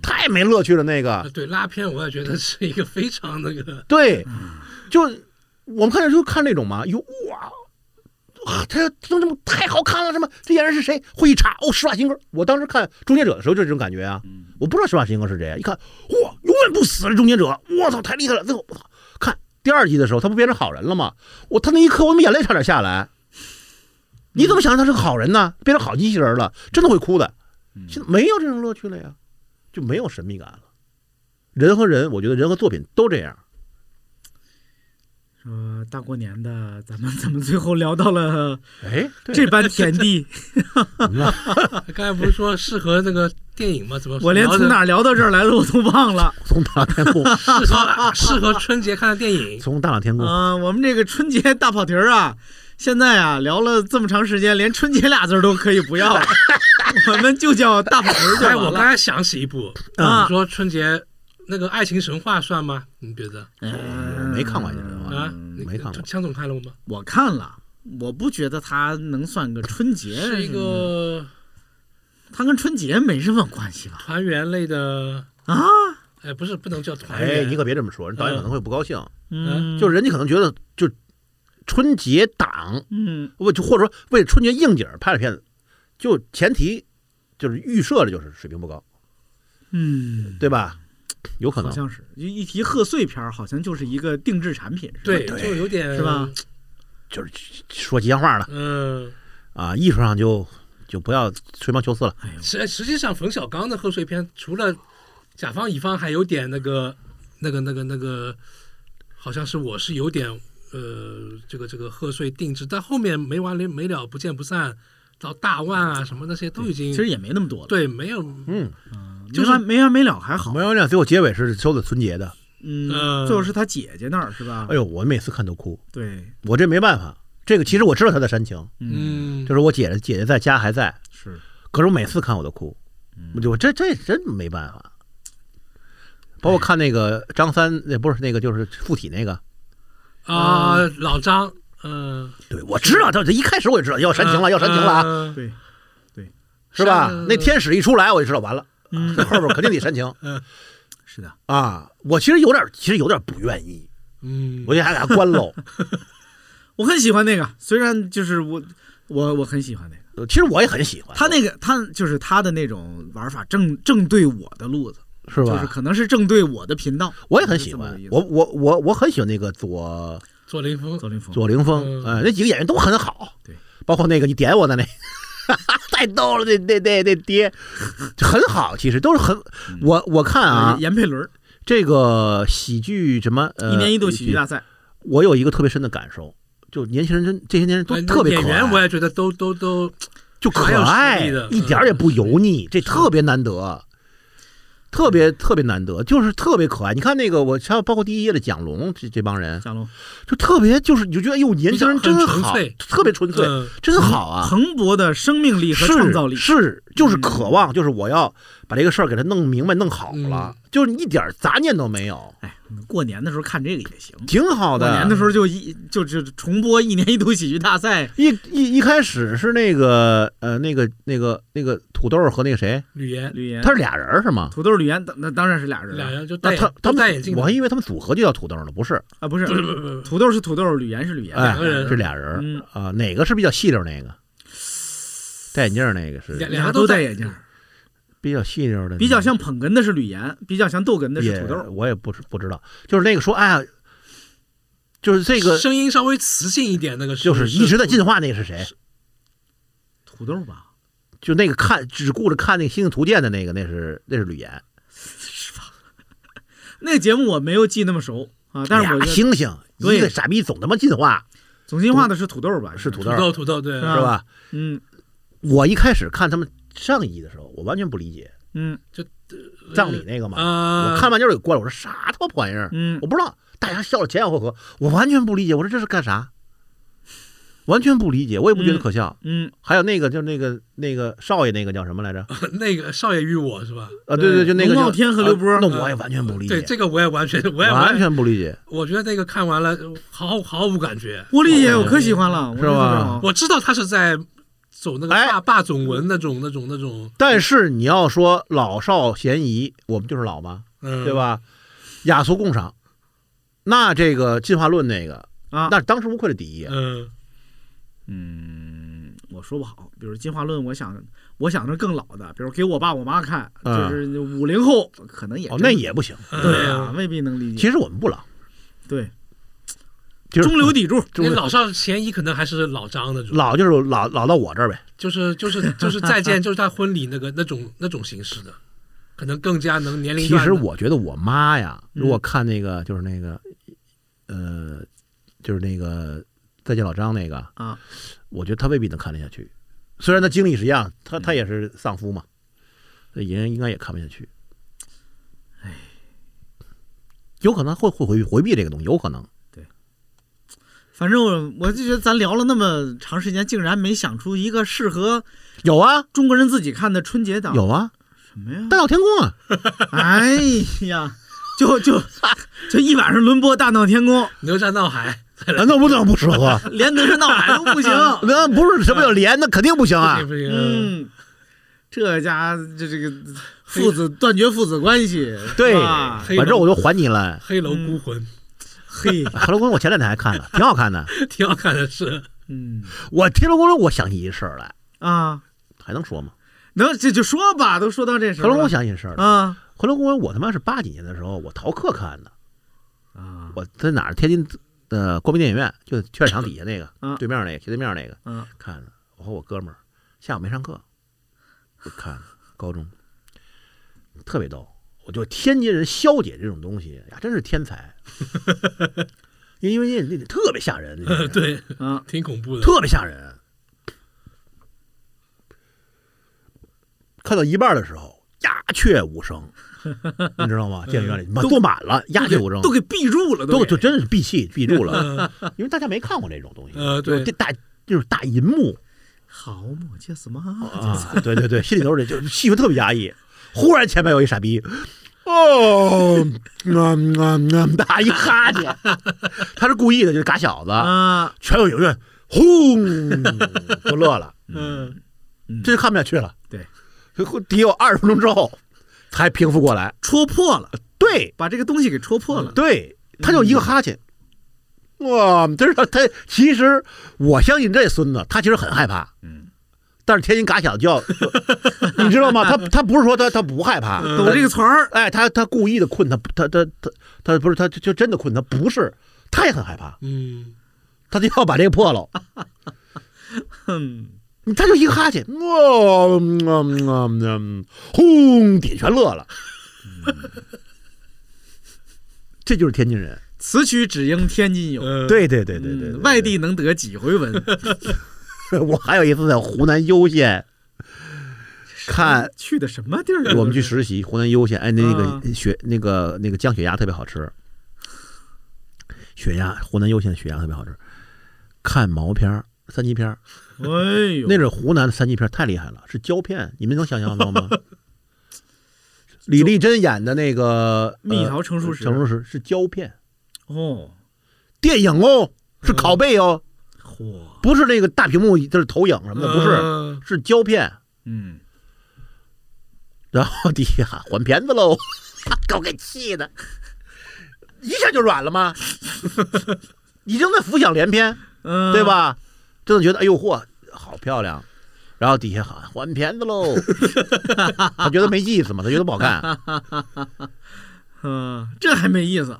C: 太没乐趣了那个
D: 啊。对，拉片我也觉得是一个非常那个， <laughs>
C: 对，就我们看着就看那种嘛，哟哇，啊，他这么太好看了，什么这演员是谁？会一查哦，施瓦辛格。我当时看《终结者》的时候就这种感觉啊，我不知道施瓦辛格是谁，啊一看哇，永远不死的终结者，我操，太厉害了！最后我操，看第二季的时候，他不变成好人了吗？我他那一刻，我他妈眼泪差点下来。你怎么想他是个好人呢？变成好机器人了，真的会哭的。现在没有这种乐趣了呀，就没有神秘感了。人和人，我觉得人和作品都这样。
B: 说呃大过年的，咱们怎么最后聊到
D: <laughs>
B: 了
C: 哎，对
B: 这般田地？
D: 刚才不是说适合那个电影吗？怎么
B: 我连从哪儿聊到这儿来的我都忘
D: <laughs>
B: 了
C: <laughs> 从大闹天 <laughs> 宫，
D: 适
B: <laughs>
D: 合适合春节看的电影？
C: 从大闹天宫，
B: 啊、我们这个春节大跑题儿啊，现在啊聊了这么长时间，连春节俩字儿都可以不
D: <laughs>
B: 要了，我们就叫大跑题儿就
D: 哎，
B: 完
D: 我刚
B: 了。
D: 才想起一部，
B: 啊
D: 你说春节那个《爱情神话》算吗？你觉得哎
B: 嗯
C: 没看过这个
D: 啊？你
C: 没看过。
D: 江总看了吗？
B: 我看了，我不觉得它能算个春节，
D: 是一个
B: 嗯它跟春节没什么关系吧？
D: 团圆类的，
B: 啊，
D: 哎，不是不能叫团
C: 哎，
D: 圆，
C: 你可别这么说，人导演可能会不高兴，
B: 嗯，
C: 就是人家可能觉得就春节档，
B: 嗯
C: 不就或者说为春节应景儿拍的片子，就前提就是预设的就是水平不高，
B: 嗯，
C: 对吧？有可
B: 好
C: 能。
B: 像是一一提贺岁片儿，好像就是一个定制产品，是吧
D: 对，就有点
B: 是吧？
C: 就是说吉祥话了
D: 嗯，
C: 啊，艺术上就就不要吹毛求疵了。
D: 实实际上冯小刚的贺岁片，除了甲方乙方，还有点那个那个那个那个，好像是我是有点呃，这个这个贺岁定制，但后面没完没没了，不见不散，到大腕啊什么那些都已经
B: 其实也没那么多，，
D: 对没有
C: 嗯，
B: 没完没完没了还好
C: 没，有亮最后结尾是收的春节的，
B: 嗯，
D: 呃
B: 最后是他姐姐那儿是吧
C: 哎？呦，我每次看都哭，
B: 对，
C: 我这没办法。这个其实我知道他的煽情，
D: 嗯，
C: 就是我姐姐姐姐在家还在，
B: 是，
C: 可是我每次看我都哭，
B: 嗯
C: 我就这这真没办法。包括看那个张三，那不是那个就是附体那
B: 哎
C: 个，
D: 啊、老张，嗯、
C: 对我知道，他一开始我就知道要煽情
B: 嗯
C: 了，要煽情了啊，
D: 啊，
B: 对，
C: 是吧
D: 煽？
C: 那天使一出来我就知道完了，
B: 嗯
C: 这，后边肯定得煽
B: <laughs>
C: 情
B: 是的，
C: 啊！我其实有点，其实有点不愿意，
D: 嗯，
C: 我就还给他关
B: <laughs>
C: 喽。
B: 我很喜欢那个，虽然就是我我我很喜欢那个，
C: 呃其实我也很喜欢
B: 他那个他就是他的那种玩法正正对我的路子，
C: 是
B: 就
C: 吧？
B: 是可能是正对我的频道，
C: 我也很喜
B: 是这么
C: 欢
B: 个意，思
C: 我我我我很喜欢那个左
D: 左凌峰，
B: 左凌峰，
C: 左凌峰，
D: 嗯
C: 哎，那几个演员都很好，
B: 对，
C: 包括那个你点我的那， <laughs> 太逗了，那那那那爹很好，其实都是很，
D: 嗯
C: 我我看
B: 呃
C: 啊，
B: 闫佩伦儿
C: 这个喜剧什么，呃，
B: 一年一度喜
C: 喜
B: 剧大赛，
C: 我有一个特别深的感受，就年轻人真这些年人都
D: 哎那
C: 特别
D: 演
C: 可
D: 员我
C: 爱，
D: 也觉得都都都
C: 就可
D: 蛮有实
C: 爱
D: 力的，嗯
C: 一点儿也不油腻，这特别难得，特别
D: 嗯
C: 特别难得，就是特别可爱。你看那个我，还有包括第一页的蒋龙这这帮人，
B: 贾龙
C: 就特别就是你就觉得哎呦，年轻人
D: 比较
C: 真
D: 很
C: 好
D: 纯粹，
C: 特别纯粹，
D: 嗯
C: 真好啊！
B: 蓬勃的生命力和
C: 是
B: 创造力，嗯
C: 是，就是渴望，就是我要把这个事儿给他弄明白、弄好
B: 嗯
C: 了，就是一点杂念都没有，
B: 哎，过年的时候看这个也行。
C: 挺好
B: 过年的
C: 的。
B: 时候就一就就重播一年一度喜剧大赛， <laughs>
C: 一一一开始是那个呃那个那个那个土豆和那个谁，
D: 吕岩
B: 吕岩
C: 他是俩人儿是吗？
B: 土豆吕岩，当那当然是俩人
D: 俩
B: 了
D: 人就
C: 那
D: 戴
C: 他他
D: 都
C: 们
D: 戴眼镜的，
C: 我还
D: <laughs>
C: 以为他们组合就叫土豆呢，不是？
B: 啊， <clears throat> 不是
D: 不是不是不是
B: 土豆是土豆，吕岩是吕岩，
C: 哎
D: 两个人，
C: 是俩人儿
B: 嗯，
C: 啊，哪个是比较细溜儿那个？戴眼镜儿那个
D: 两
C: 是
D: 两个
B: 都戴
D: 戴
B: 眼镜，
C: 比较细溜儿的，
B: 比较像捧哏的是吕岩，比较像逗哏的是
C: 也
B: 土豆，
C: 我也不是不知道，就是那个说哎呀，就是这个
D: 声音稍微磁性一点，那个
C: 就是一直在进化那个是谁？
B: 土豆吧，
C: 就那个看只顾着看那个《星星图鉴》的那个，那是那是吕岩，
B: 那个节目我没有记那么熟啊，但是我
C: 俩
B: 觉得
C: 星星，
B: 对
C: 一个傻逼总他妈进化
B: 总进化的是土豆吧，
C: 是土豆
D: 土豆土豆对，
B: 是
C: 是吧？
B: 嗯
C: 我一开始看他们上一集的时候，我完全不理解
B: 嗯
C: 葬礼那个嘛，
D: 啊，
C: 我看完就是给过来，我说啥他妈破玩意儿，
B: 嗯
C: 我，不知道，大家笑的前仰后合，我完全不理解，我说这是干啥？完全不理解，我也不觉得可笑。
B: 嗯，
C: 还有那个，就那个那个少爷，那个叫什么来着？
D: 那个少爷与我是吧？
C: 啊，对对，就那个
B: 龙
C: 叫
B: 傲天和刘波
C: 啊那我也完全不理
D: 对，
C: 解，
D: 这个我也完全，我也
C: 完，全不理解。
D: 我觉得那个看完了毫毫无感觉。
B: 我理解，我可喜欢了，我
C: 是吧
D: 我知道他是在走那个
C: 哎
D: 霸霸总文那种那种那种，
C: 但是你要说老少咸宜，我们就是老嘛，
D: 嗯，
C: 对？吧？雅俗共赏，那这个进化论那个，
B: 啊
C: 那当之无愧的第一。
D: 嗯，
B: 嗯，我说不好，比如进化论，我想我想着更老的，比如给我爸我妈看，
C: 嗯
B: 就是五零后可能也
C: 哦，
B: 真
C: 那也不行。
B: 对呀、
C: 啊
D: 嗯
B: 未必能理解。
C: 其实我们不老，
B: 对，
C: 其实
B: 中流砥柱，
D: 那老少咸宜可能还是老张那种，
C: 老就是老老到我这儿呗。
D: 就是就是就是
C: <laughs>
D: 再见，就是他婚礼那个那种那种形式的，可能更加能年龄
C: 其
D: 段的。
C: 实我觉得我妈呀，
B: 嗯
C: 如果看那个就是那个，呃，就是那个再见老张那个
B: 啊，
C: 我觉得她未必能看得下去。虽然她经历是一样，她她
B: 嗯
C: 也是丧夫嘛，所以人应该也看不下去。有可能会会回回避这个东西，有可能。
B: 反正我我就觉得咱聊了那么长时间，竟然没想出一个适合
C: 有啊，
B: 中国人自己看的春节档。
C: 有啊，
B: 什么呀？ <laughs>
C: 《大闹天宫》 <laughs> 啊，
B: 哎呀，就
C: <laughs>
B: 就就一晚上轮播《大闹天宫》，
D: 哪吒闹海，
C: 难啊道不能不适合？
B: 连哪吒闹海都不行。
C: <laughs> 那 <laughs> 不是什么叫连，那肯定不行 <laughs>
D: <laughs>
C: 啊
D: 不！行不行，
B: 嗯，这家这这个父子断绝父子关系，
C: 对，
B: 是吧
D: 黑
C: 反正我就还你了。
D: 黑楼孤魂
C: 嗯
B: 嘿，
C: 《天龙宫》我前两天还看 <laughs> 了，挺好看的。
D: 挺好看的是，
B: 嗯
C: 我《天龙宫》我想起一事儿来，
B: 啊，
C: 还能说吗？
B: 能这就说吧，都说到这
C: 《
B: 时
C: 天龙
B: 候
C: 宫》
B: 了
C: 我想起一事儿来，
B: 啊
C: 《天龙宫》我他妈是八几年的时候，我逃课看的。
B: 啊
C: 我在哪儿？天津呃光明电影院，就劝业场底下那个，
B: 啊
C: 对面那个，斜对面那个
B: 啊
C: 看的。我和我哥们儿下午没上课，我看的高中，特别逗。我就天津人消解这种东西呀，真是天才。因为那那特别吓人，那些人
D: 对，
B: 啊！
D: 挺恐怖的。
C: 嗯特别吓人。看到一半的时候，鸦雀无声，你知道吗？电影院里满坐满了，鸦雀无声，
B: 都给闭住了，
C: 都
B: 都
C: 就
B: 给
C: 真是闭气闭住了，
D: 嗯
C: <laughs> 因为大家没看过这种东西，
D: 呃，
C: 就是这，
D: 对
C: 大就是大银幕
B: 好嘛，这什么？
C: 啊，对对对，心里都是这，就气氛特别压抑。忽然前面有一傻逼，哦，啊啊啊，打一哈欠，他是故意的，就是嘎小子，
B: 啊，
C: 全有影院轰都乐了。
D: 嗯，
C: 这就看不下去了。
B: 对，
C: 得有二十分钟之后才平复过来。
B: 戳破了，
C: 对
B: 把这个东西给戳破了。
C: 对，他就一个哈欠。哇，这是他他其实我相信这孙子他其实很害怕，
B: 嗯，
C: 但是天津嘎小 <laughs> 就要，你知道吗？他他不是说他他不害怕，
B: 懂这个词儿，
C: 哎，他他故意的困他他他他他不是他就就真的困他不是，他也很害怕，
D: 嗯，
C: 他就要把这个破了。
B: 哼，
C: 他就一个哈欠，哇，嗯嗯嗯嗯轰，底全乐了。这就是天津人，
B: 此曲只应天津有。
D: 呃，
C: 对对对对对，对
B: 嗯外地能得几回闻？
C: <laughs> 我还有一次在湖南攸县看，
B: <laughs> 去的什么地儿啊？
C: 我们去实习，湖南攸县，哎，那
B: 啊
C: 个雪那个那个酱血鸭特别好吃，血鸭，湖南攸县的血鸭特别好吃。看毛片儿、三级片儿，
B: 哎呦，
C: 那是湖南的三级片儿，太厉害了，是胶片，你们能想象得到
B: <laughs>
C: 吗？李丽珍演的那个
B: 蜜
C: 呃
B: 桃成熟时
C: 成熟时是胶片
B: 哦，
C: 电影哦，是
B: 嗯
C: 拷贝哦，
B: 嚯，
C: 不是那个大屏幕，就是投影什么的，不是，
D: 呃
C: 是胶片。
B: 嗯，
C: 然后底下喊换片子喽，给我给气的，一下就软了吗？已经在浮想联翩，
B: 嗯
C: 对？吧？真的觉得哎呦嚯，好漂亮。然后底下喊换片子喽，他觉得没意思嘛，他觉得不好看。
B: 嗯，这还没意思。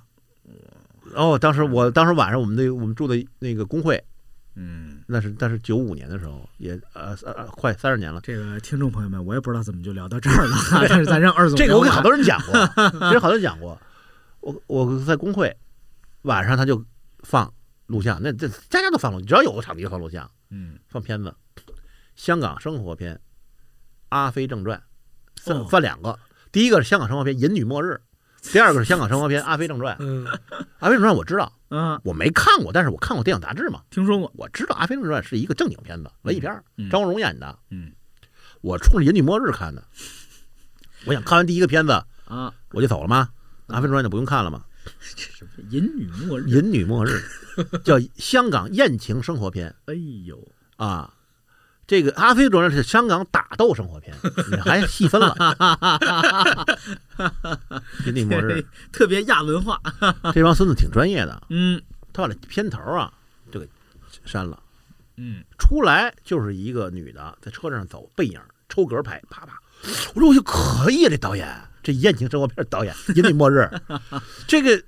C: 然后哦当时我当时晚上我们那我们住的那个工会，
B: 嗯，
C: 那是那是九五年的时候，也呃三呃快三十年了。
B: 这个听众朋友们，我也不知道怎么就聊到这儿了， <laughs> 但是咱让二总
C: 这个我给
B: 聊完
C: 好多人讲过，
B: <laughs>
C: 其实好多人讲过。我我在工会晚上他就放录像，那这家家都放录，只要有个场地就放录像，
B: 嗯，
C: 放片子。香港生活片《阿飞正传》
B: 哦
C: 放放两个，第一个是香港生活片《银女末日》，第二个是香港生活片《阿飞
B: <laughs>
C: 正传》。《
D: 嗯，
C: 阿飞正传》我知道，
B: 啊，
C: 我没看过，但是我看过电影杂志嘛，
B: 听说过，
C: 我知道《阿飞正传》是一个正经片子，文艺片儿，
B: 嗯
C: 张国荣演的。
B: 嗯，
C: 我冲着《银女末日》看的，我想看完第一个片子，
B: 啊，
C: 我就走了吗？阿飞传就不用看了吗？
B: 这什么淫女末
C: 《
B: 日？
C: 淫女末日》叫香港艳情生活片
B: 哎呦，
C: 啊，这个阿飞传是香港打斗生活片，你还细分了。《淫女末日
B: <laughs> 特别亚文化。》
C: 这帮孙子挺专业的，
B: 嗯
C: 他把这片头啊就给删了，
B: 嗯，
C: 出来就是一个女的在车上走，背影抽格拍，啪啪。我说我就可以啊，这导演，这艳情生活片导演《淫女末日》，这个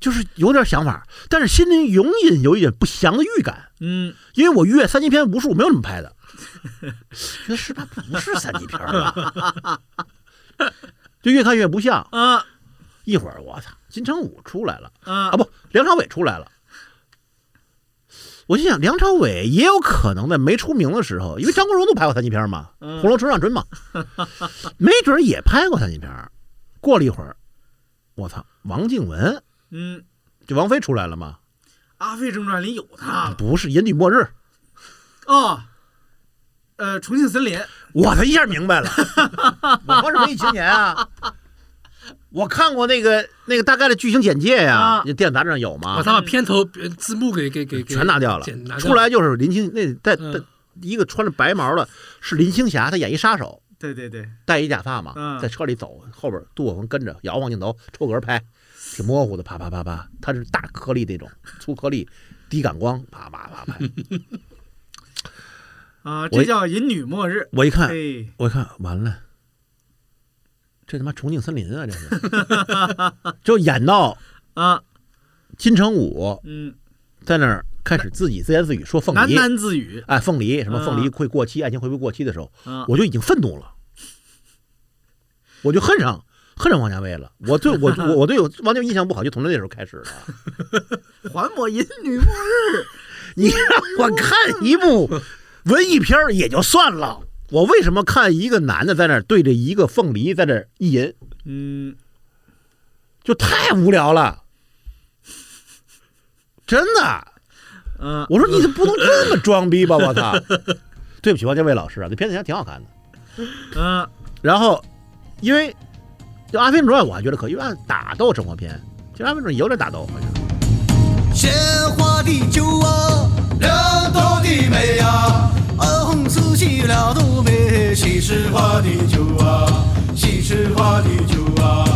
C: 就是有点想法，但是心里永隐有一点不祥的预感，
B: 嗯，
C: 因为我阅三级片无数，没有这么拍的，觉得是吧？不是三级片儿吧？ <laughs> 就越看越不像。
B: 啊
C: 一会儿我操，金城武出来了
B: 啊
C: 啊，不，梁朝伟出来了。我心想，梁朝伟也有可能在没出名的时候，因为张国荣都拍过三级片嘛，
B: 嗯
C: 《红楼春上
B: <laughs>
C: 春》嘛，没准儿也拍过三级片儿。过了一会儿，我操，王静文
B: 嗯，
C: 就王菲出来了吗？
B: 《阿飞正传》里有他了
C: 不是《银女末日》，
B: 哦。呃，重庆森林，
C: 我操，一下明
B: <laughs>
C: 白了，我光是文艺青年啊。我看过那个那个大概的剧情简介呀、
B: 啊
C: 那电影杂志上有嘛
D: 把，他把片头呃字幕给给给给
C: 全拿掉了
D: 剪拿。掉
C: 出来就是林青那带带
D: 嗯
C: 一个穿着白毛的，是林青霞，她演一杀手，
B: 对对对，
C: 戴一假发嘛
B: 嗯，
C: 在车里走，后边杜可风跟着摇晃镜头，抽格拍，挺模糊的，啪啪啪啪，它是大颗粒那种，粗颗粒，低感光，啪啪啪
D: <laughs>
C: 拍。
B: 啊，
C: 我嗯
B: 这叫淫女末日。
C: 我一看，
B: 哎，
C: 我一看完了，这他妈重庆森林啊，这是，
D: <laughs>
C: 就演到
B: 啊，
C: 金城武
B: 嗯，
C: 在那儿开始自己自言自语说凤
B: 喃
C: 梨，
B: 喃自语，
C: 哎，凤梨什么
B: 啊
C: 凤梨
D: 嗯
C: 会过期，爱情会不会过期的时候，
B: 啊，
C: 我就已经愤怒了，我就恨上恨上王家卫了。我对我我我对王家卫印象不好，就从那时候开始了。
B: 还我淫女末日。
C: 你让我看一部文艺片儿也就算了，我为什么看一个男的在那儿对着一个凤梨在那儿意淫，
B: 嗯，
C: 就太无聊了，真的。
B: 啊，
C: 我说你这不能这么装逼吧！我操！ <laughs> 对不起，王家卫老师啊，这片子还挺好看的。
B: 啊，
C: 然后，因为就《阿飞正传》，我还觉得可以，因为它是打斗生活片，其实《阿飞正传》有点打斗，好像。
F: 鲜花的酒啊，两道的美呀、啊，二红四喜两度美，西施花的酒啊，西施花的酒啊，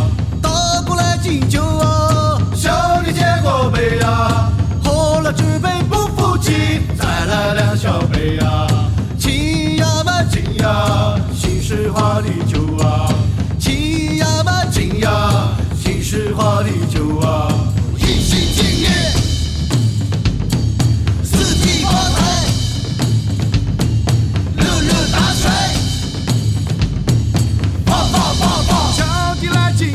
F: 倒过来敬酒啊，小的接过杯呀、啊，喝了这杯不服气，再来两小杯呀、啊，亲呀嘛亲呀，西施花的酒啊，亲呀嘛亲呀，西施花的酒啊，一心敬业。四季发财，六六大顺，发发发发，强敌来进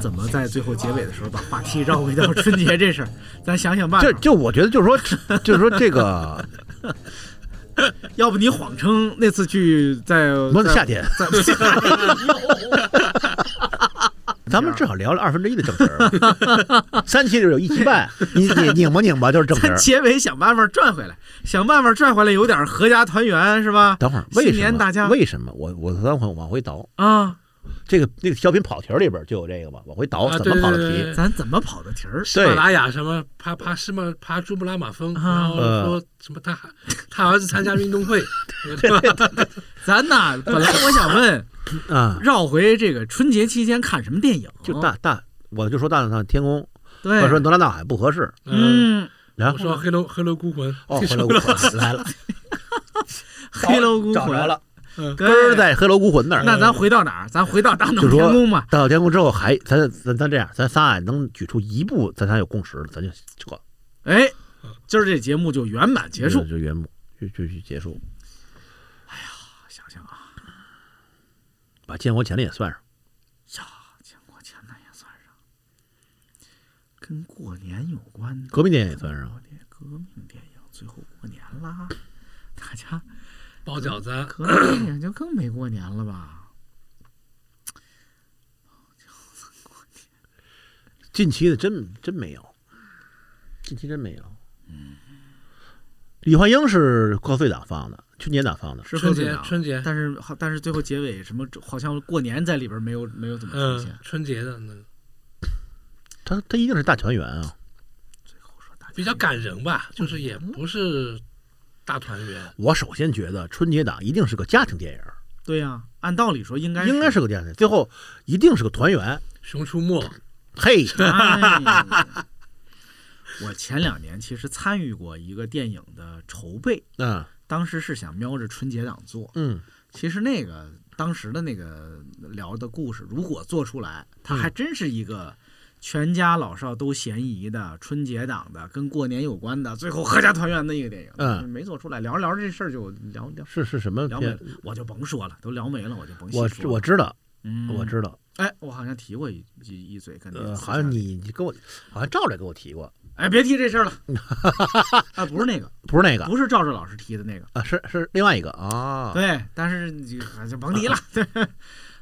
B: 怎么在最后结尾的时候把话题绕回到春节这事儿，咱想想办法
C: 就。就我觉得就是说， <laughs> 就是说这个
B: 要不你谎称那次去在
C: 不是
B: 在
C: 夏天，
B: 在夏天
C: 咱们至少聊了二分之一的正题儿， <laughs> 三期里边有一期半，你你拧吧拧吧就是正题
B: 咱 <laughs>
C: 儿。
B: 结尾想办法转回来，想办法拽回来，有点合家团圆是吧？
C: 等会儿为
B: 新
C: 什
B: 年
C: 么
B: 大家
C: 为什么我我等会儿往回倒，
B: 啊，
C: 这个那个小品跑题儿里边就有这个嘛，往回倒
D: 啊
C: 怎么跑
D: 对
C: 的
D: 对对
C: 题
D: 对？
B: 咱怎么跑的题儿？
D: 喜马拉雅什么爬爬什么爬珠穆朗玛峰，
B: 啊
D: 然后
C: 呃
D: 说什么他他儿子参加运动
C: <laughs>
D: 会，对吧？
B: 咱呐，本
C: 呃
B: 来我想问，
C: 啊，
B: 绕回这个春节期间看什么电影？
C: 就大大，我就说大闹天宫，
B: 对
C: 我，说呃哪吒闹海不合适，
D: 嗯，
B: 嗯，
C: 然
D: 我
C: 后
D: 说黑楼黑楼孤魂，
C: 哦，黑
D: 这首
C: 楼孤魂来了，
B: 黑楼孤
C: 找
B: 魂
C: 着了，
B: 对嗯
C: 根儿在黑楼孤魂那儿。
B: 那咱回到哪儿？咱回到大闹
C: 就说
B: 天宫嘛。
C: 大闹天宫之后还咱咱咱这样，咱仨啊能举出一部咱仨有共识的，咱就这嗯
B: 哎，今儿这节目就圆满结束。
C: 就圆幕就就就结束，
B: 想想啊，
C: 把建国前的也算上。
B: 建国前那也算上，跟过年有关的
C: 革命电影也算上，
B: 革命电影，最后过年啦， <laughs> 大家
D: 包饺子，啊
B: 革命电影就更没过年了吧？
C: 近期的真真没有，近期真没有。
B: 嗯
C: 李焕英是贺岁档放的，春节档放的，
B: 是贺
D: 春
B: 岁
D: 节
B: 档，
D: 春节，
B: 但是好，但是最后结尾什么，好像过年在里边没有没有怎么出现
D: 嗯。，春节的那个
C: 他他一定是大团圆啊。
D: 比较感人吧，就是也不是大团圆，
C: 我首先觉得春节档一定是个家庭电影，
B: 对呀、按道理说应该
C: 应该是个家庭电影，最后一定是个团圆。
D: 《熊出没》
C: 嘿，
B: 哎 <laughs> 我前两年其实参与过一个电影的筹备，
C: 嗯
B: 当时是想瞄着春节档做。
C: 嗯，
B: 其实那个当时的那个聊的故事，如果做出来，它还真是一个全家老少都嫌疑的春节档的，跟过年有关的，最后合家团圆的一个电影。
C: 嗯
B: 但是没做出来，聊着聊着这事儿就聊聊
C: 是是什么
B: 聊没了
C: 片？，
B: 我就甭说了，都聊没了，我就甭细
C: 我
B: 说了。
C: 我知道，
B: 嗯
C: 我知道，
B: 哎，我好像提过一一一嘴，跟您
C: 呃，
B: 私
C: 好
B: 下
C: 像
B: 里
C: 你你跟我，好像赵磊跟我提过，
B: 哎，别提这
C: <laughs>
B: 事儿了。啊，不是那个，
C: 不是那个
B: 不是赵志老师提的那个。
C: 啊，是是另外一个啊。
B: 对，但是你就甭
C: <laughs>
B: 提了。 <laughs> 对，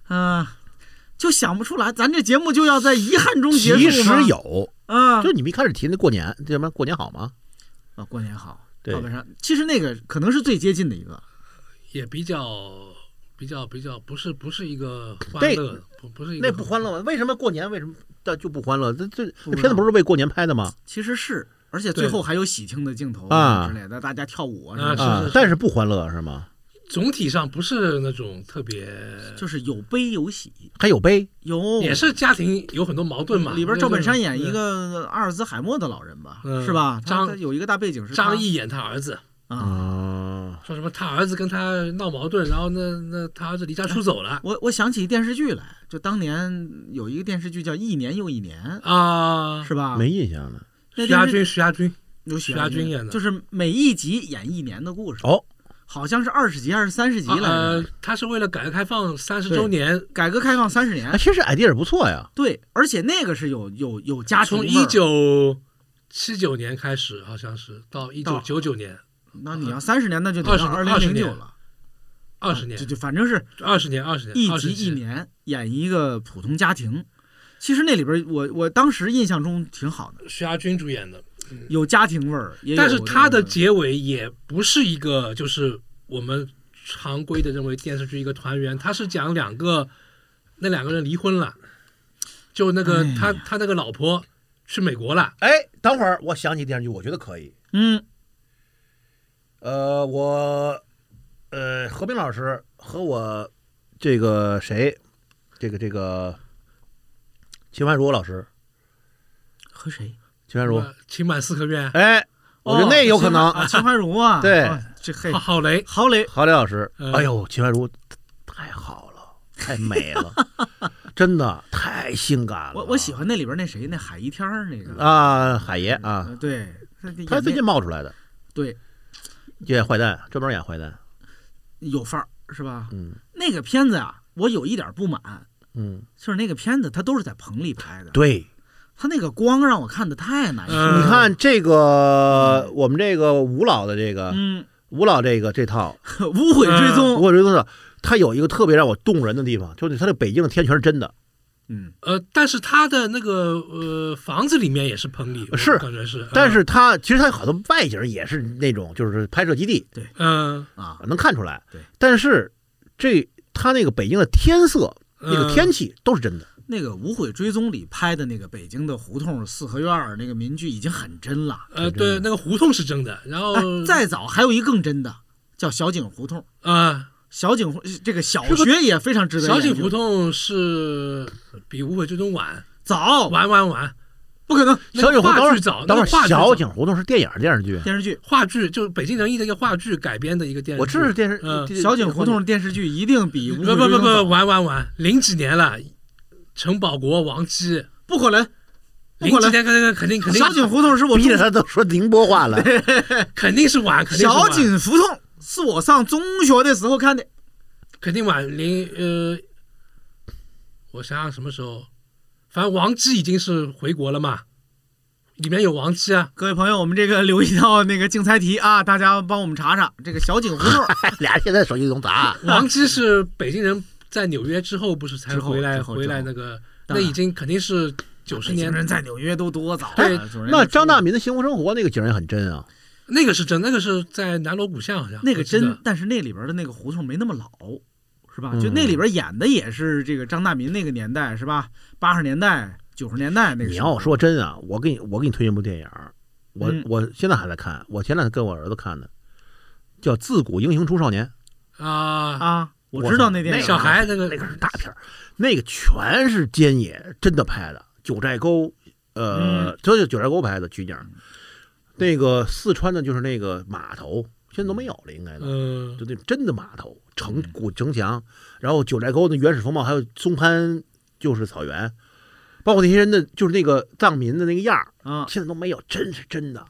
B: 嗯、就想不出来，咱这节目就要在遗憾中结束
C: 其实
B: 吗
C: 有，
B: 啊
C: 就你们一开始提那过年，这什么过年好吗？
B: 啊，过年好，
C: 对
B: 赵本山。其实那个可能是最接近的一个，
D: 也比较比较比较不是不是一个欢
C: 对
D: 乐的，不不是一个
C: 那不欢乐吗？为什么过年为什么但就不欢乐？这这
B: 不
C: 这
B: 知道
C: 片子不是为过年拍的吗？
B: 其实是，而且最
D: 对
B: 后还有喜庆的镜头
C: 啊
B: 之类的，大家跳舞啊
D: 啊
B: 什么
C: 啊
D: 是是，
C: 但是不欢乐是吗？
D: 总体上不是那种特别，
B: 的，就是有悲有喜，
C: 还有悲，
B: 有
D: 也是家庭有很多矛盾嘛。
B: 哦嗯里边赵本山演一
D: 对
B: 个阿尔兹海默的老人吧，
D: 嗯
B: 是吧？他
D: 张
B: 他有一个大背景是他
D: 张译演他儿子，
B: 啊，
C: 啊，
D: 说什么他儿子跟他闹矛盾，然后那那他儿子离家出走了
B: 我我想起一电视剧来，就当年有一个电视剧叫《一年又一年》，
D: 啊。
B: 是吧？
C: 没印象了。
B: 那
D: 徐亚
B: 电视
D: 军，啊徐亚军，
B: 有许
D: 许家军演的
B: 就是每一集演一年的故事，
C: 哦，
B: 好像是二十集还是三十集来着
D: 呃？，他是为了改革开放三十
B: 对
D: 周年，
B: 改革开放三十
C: 哎，
B: 年，
C: 其实 idea 不错呀。
B: 对，而且那个是有有有家庭味
D: 从
B: 儿
D: 一九七九年开始，好像是到一
B: 到
D: 九九九年，
B: 那你要三十年，那就得
D: 20
B: 到二零
D: 20
B: 零
D: 年
B: 九了，
D: 二十
B: 就
D: 年，
B: 嗯就反正是
D: 二十年，二十年，
B: 一
D: 20
B: 集一
D: 集，
B: 年演一个普通家庭。其实那里边我我当时印象中挺好的，
D: 徐亚军主演的。
B: 有家庭味儿，也有
D: 嗯但是它的
B: 那个
D: 结尾也不是一个就是我们常规的认为电视剧一个团圆，它是讲两个那两个人离婚了，就那个
B: 哎呀
D: 他他那个老婆去美国了，
C: 哎，等会儿我想起电视剧，我觉得可以。
B: 嗯
C: 呃，我呃，何冰老师和我这个谁，这个这个秦怀茹老师，
B: 和谁？
C: 秦怀茹，
D: 呃情满四合院，
C: 哎，我觉得那有可能。
B: 啊，嗯秦淮茹啊，
C: 对
B: 啊，这嘿
D: 郝，郝蕾，
B: 郝蕾
C: <laughs> 郝蕾老师，
D: 嗯
C: 哎呦，秦淮茹太好了，太美
B: <laughs>
C: 了，真的太性感了。
B: 我我喜欢那里边那谁，那海一天儿那个，
C: 啊，海爷啊，
B: 呃对，他演
C: 他最
B: 那
C: 近冒出来的，
B: 对
C: 演坏蛋，专门演坏蛋。
B: 有范儿是吧？
C: 嗯
B: 那个片子啊，我有一点不满，
C: 嗯，
B: 就是那个片子，它都是在棚里拍的，
C: 对，
B: 它那个光让我看的太难受了。
D: 嗯
C: 你看这个我们这个吴老的这个
B: 嗯， <laughs>
C: 吴老这个这套
B: 无悔追
C: 《
B: 踪，
C: 我追踪的，他有一个特别让我动人的地方，就是他那北京的天全是真的，
B: 嗯，
D: 呃，但是他的那个呃房子里面也是棚里，我
C: 是
D: 感觉是，呃
C: 但是他其实他好多外景也是那种就是拍摄基地，
D: 嗯，
B: 啊，
C: 能看出来。
B: 对，
C: 但是这他那个北京的天色、
D: 嗯
C: 那个天气都是真的。
B: 那个《无悔追踪》里拍的那个北京的胡同、四合院儿那个民居已经很真了。
D: 呃对，那个胡同是真的，然后
B: 哎，
C: 哦
B: 再早还有一更真的，叫小井胡同。
D: 啊，
B: 小井胡这个小学也非常值得
D: 小
B: 研
D: 井
B: 究
D: 胡同是比无悔追踪晚，
B: 早
D: 晚晚晚，
B: 不可能
D: 那
C: 小
D: 个
C: 景胡
D: 话
C: 同
D: 剧早，
C: 等会
D: 那个话
C: 儿
D: 剧早
C: 小景胡同是电影电视剧，
B: 电视剧。
D: 话剧就是北京人艺的一个话剧改编的一个电视剧，
C: 我知道是电视
D: 嗯。
C: 电
B: 小井胡同电视剧一定比无
D: 不
B: 悔追
D: 不不
B: 踪
D: 不，
B: 早
D: 晚晚晚，零几年了，陈宝国、王姬，
B: 不可能，不
D: 零
B: 可
D: 几
B: 能。
D: 年肯定肯定肯定
B: 小井胡同是我
C: 逼
B: 中
C: 着他都说宁波话了。 <laughs>
D: 肯定是晚，肯定是
B: 小
D: 晚，
B: 井胡同是我上中学的时候看的，
D: 肯定晚零呃，我想想什么时候，反正王姬已经是回国了嘛，里面有王
B: <laughs>
D: 姬啊，
B: 各位朋友，我们这个留一道那个竞猜题啊，大家帮我们查查这个小井胡
D: <laughs>
B: 同
C: 俩人现在手机能砸，
D: 王姬是北京人在纽约之后不是才
B: 之后
D: 回来
B: 之后
D: 回来
B: 之后
D: 那个，
B: 当
D: 那
B: 然
D: 已经肯定是九十
B: 北京
D: 年
B: 人在纽约都多早啊。
D: 对
B: 总人家
C: 那
B: 出
C: 张大民的幸福生活那个景儿也很真啊。
D: 那个是真，那个是在南锣鼓巷好像
B: 那个
D: 我记得
B: 真，但是那里边的那个胡同没那么老，是吧？
C: 嗯
B: 就那里边演的也是这个张大民那个年代，是吧？八十年代、九十年代那个
C: 你
B: 时
C: 要
B: 候。
C: 我说真啊，我给你我给你推荐部电影儿，我
B: 嗯
C: 我现在还在看，我前两天跟我儿子看的，叫《自古英雄出少年》，
D: 啊，
B: 啊，我
C: 我
B: 知道
C: 操
B: 那电
C: 那
B: 影，
C: 个
D: 小孩那个
C: 那个是大片儿，那个全是菅野真的拍的，九寨沟，
B: 嗯
C: 呃，这就是九寨沟拍的取景儿，那个四川的就是那个码头，现在都没有了，应该都。
D: 嗯
C: 就那真的码头城
B: 嗯
C: 古城墙，然后九寨沟的原始风貌，还有松潘就是草原，包括那些人的就是那个藏民的那个样儿，
B: 啊，
C: 现在都没有，真是真的。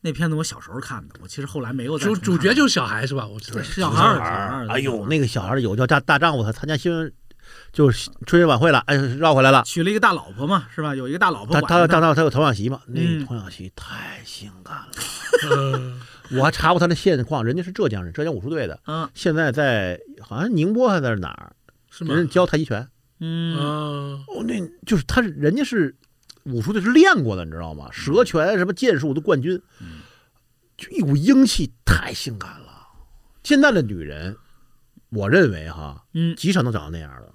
B: 那片子我小时候看的，我其实后来没有再
D: 主
B: 重
D: 主
B: 看
D: 角就是小孩是吧？我知道
B: 对小
C: 小
B: 孩儿，
C: 孩
B: 小
C: 儿
B: 孩，
C: 哎呦，那个小孩儿有叫大大丈夫，他参加新闻就是春节晚会了，哎，绕回来了。
B: 娶了一个大老婆嘛，是吧？有一个大老婆
C: 他
B: 管
C: 他
B: 着
C: 他
B: 他，
C: 他他有童养媳嘛？那
B: 嗯
C: 童养媳太性感了，
D: 嗯
C: 我还查过他的现况，人家是浙江人，浙江武术队的，
B: 嗯
C: 现在在好像宁波还在哪儿，
D: 是吗？
C: 人家教太极拳。
B: 嗯，
D: 嗯，
C: 哦，那就是他是人家是武术队是练过的，你知道吗？蛇拳什么剑术都冠军，就一股英气，太性感了。现在的女人，我认为哈，
B: 嗯
C: 极少能找到那样的了，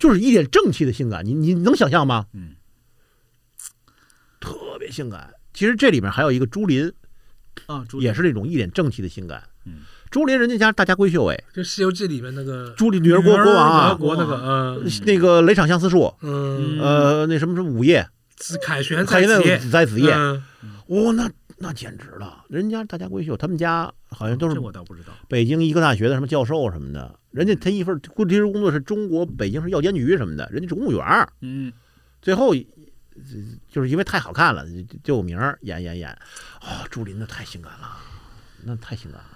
C: 就是一点正气的性感，你你能想象吗？
B: 嗯，
C: 特别性感。其实这里面还有一个朱琳，
B: 啊，主
C: 也是那种一脸正气的性感。
B: 嗯，
C: 朱琳人家家大家闺秀哎，
D: 就《西游记》里面那个
C: 朱琳女儿国
B: 女儿
C: 国王
B: 啊
C: 啊，
D: 德国那个，嗯
C: 那个雷场相思树，
D: 嗯，
C: 呃，那什么什么午夜，
D: 紫凯旋
C: 还
D: 在
C: 有
D: 子夜
C: 那，在子夜，
D: 嗯
C: 哇、那那简直了！人家大家闺秀，他们家好像都是
B: 这我倒不知道，
C: 北京医科大学的什么教授什么的，人家他一份估计是工作是中国北京市药监局什么的，人家是公务员儿。
B: 嗯，
C: 最后呃就是因为太好看了，就就有名儿演演演。哦，朱琳那太性感了，那太性感了。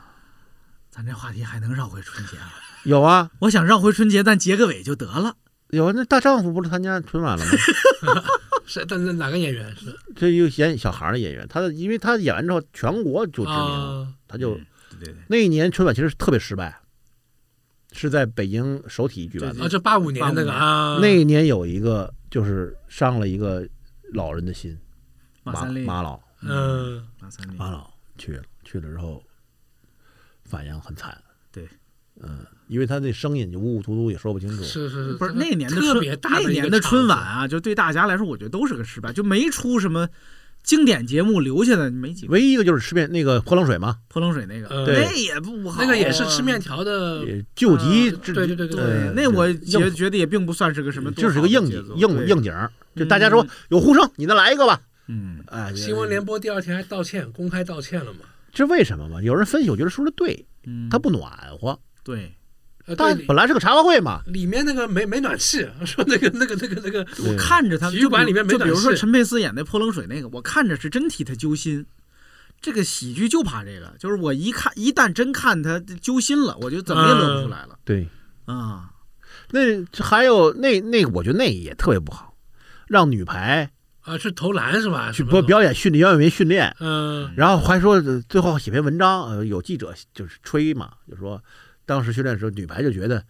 B: 咱这话题还能绕回春节
C: <laughs>
B: 啊？
C: 有啊
B: 我想绕回春节，但结个尾就得了。
C: 有啊，那大丈夫不是参加春晚了吗？ <laughs>
D: 是但是哪个演员是
C: 这又演小孩儿的演员，他的因为他演完之后全国就知名了，
D: 啊？
C: 他就
B: 嗯对对对，
C: 那一年春晚其实特别失败，是在北京首体举办的。
D: 啊，就八五年那个啊，
C: 那一年有一个就是伤了一个老人的心，
B: 马
C: 马
B: 三立，
C: 马老
D: 嗯
B: 马三立，
C: 马老去了，去了之后反应很惨。
B: 对，
C: 嗯，因为他那声音就呜呜突突，也说不清楚。
D: 是是是，
B: 不是
D: 真的
B: 那年的春
D: 特别大
B: 那
D: 一
B: 年
D: 个
B: 的春晚
D: 场
B: 啊，就对大家来说，我觉得都是个失败，就没出什么经典节目留下的没几个。
C: 唯一一个就是吃面那个泼冷水嘛，
B: 泼冷水那个，
D: 呃
B: 那也不好，
D: 子，那个也是
B: 哦
D: 吃面。条的，
C: 也救急
D: 呃
C: 之
D: 对对对
B: 对，
C: 呃
B: 那我
C: 硬嗯
B: 觉觉得也并不算是个什么，
C: 就是一个硬硬，硬景儿，就大家说
B: 嗯
C: 有呼声，你再来一个吧。
B: 嗯，
C: 哎，
D: 新闻联播第二天还道歉，公开道歉了嘛？
C: 这为什么嘛？有人分析，我觉得说的对，
B: 嗯
C: 他不暖和。
B: 对，
D: 呃，对
C: 但
D: 里
C: 本来是个茶话会嘛，
D: 里面那个没没暖气， <laughs> 说那个那个那个那个，
C: 对
B: 看着他
D: 体育馆
B: 就比
D: 里面没
B: 就比如
D: 暖
B: 说
D: 气
B: 陈佩斯演那泼冷水那个，我看着是真替他揪心。这个喜剧就怕这个，就是我
D: 嗯
B: 一看一旦真看他揪心了，我就怎么也乐不出来了
C: 对，
B: 啊。
C: 那还有那那，我觉得那也特别不好，让女排
D: 啊，去投篮是吧？
C: 去
D: 什么
C: 表
D: 的
C: 表演训练，表演员训练，
D: 嗯
C: 然后还说呃最后写篇文章，呃，有记者就是吹嘛，就说当时训练的时候，女排就觉得，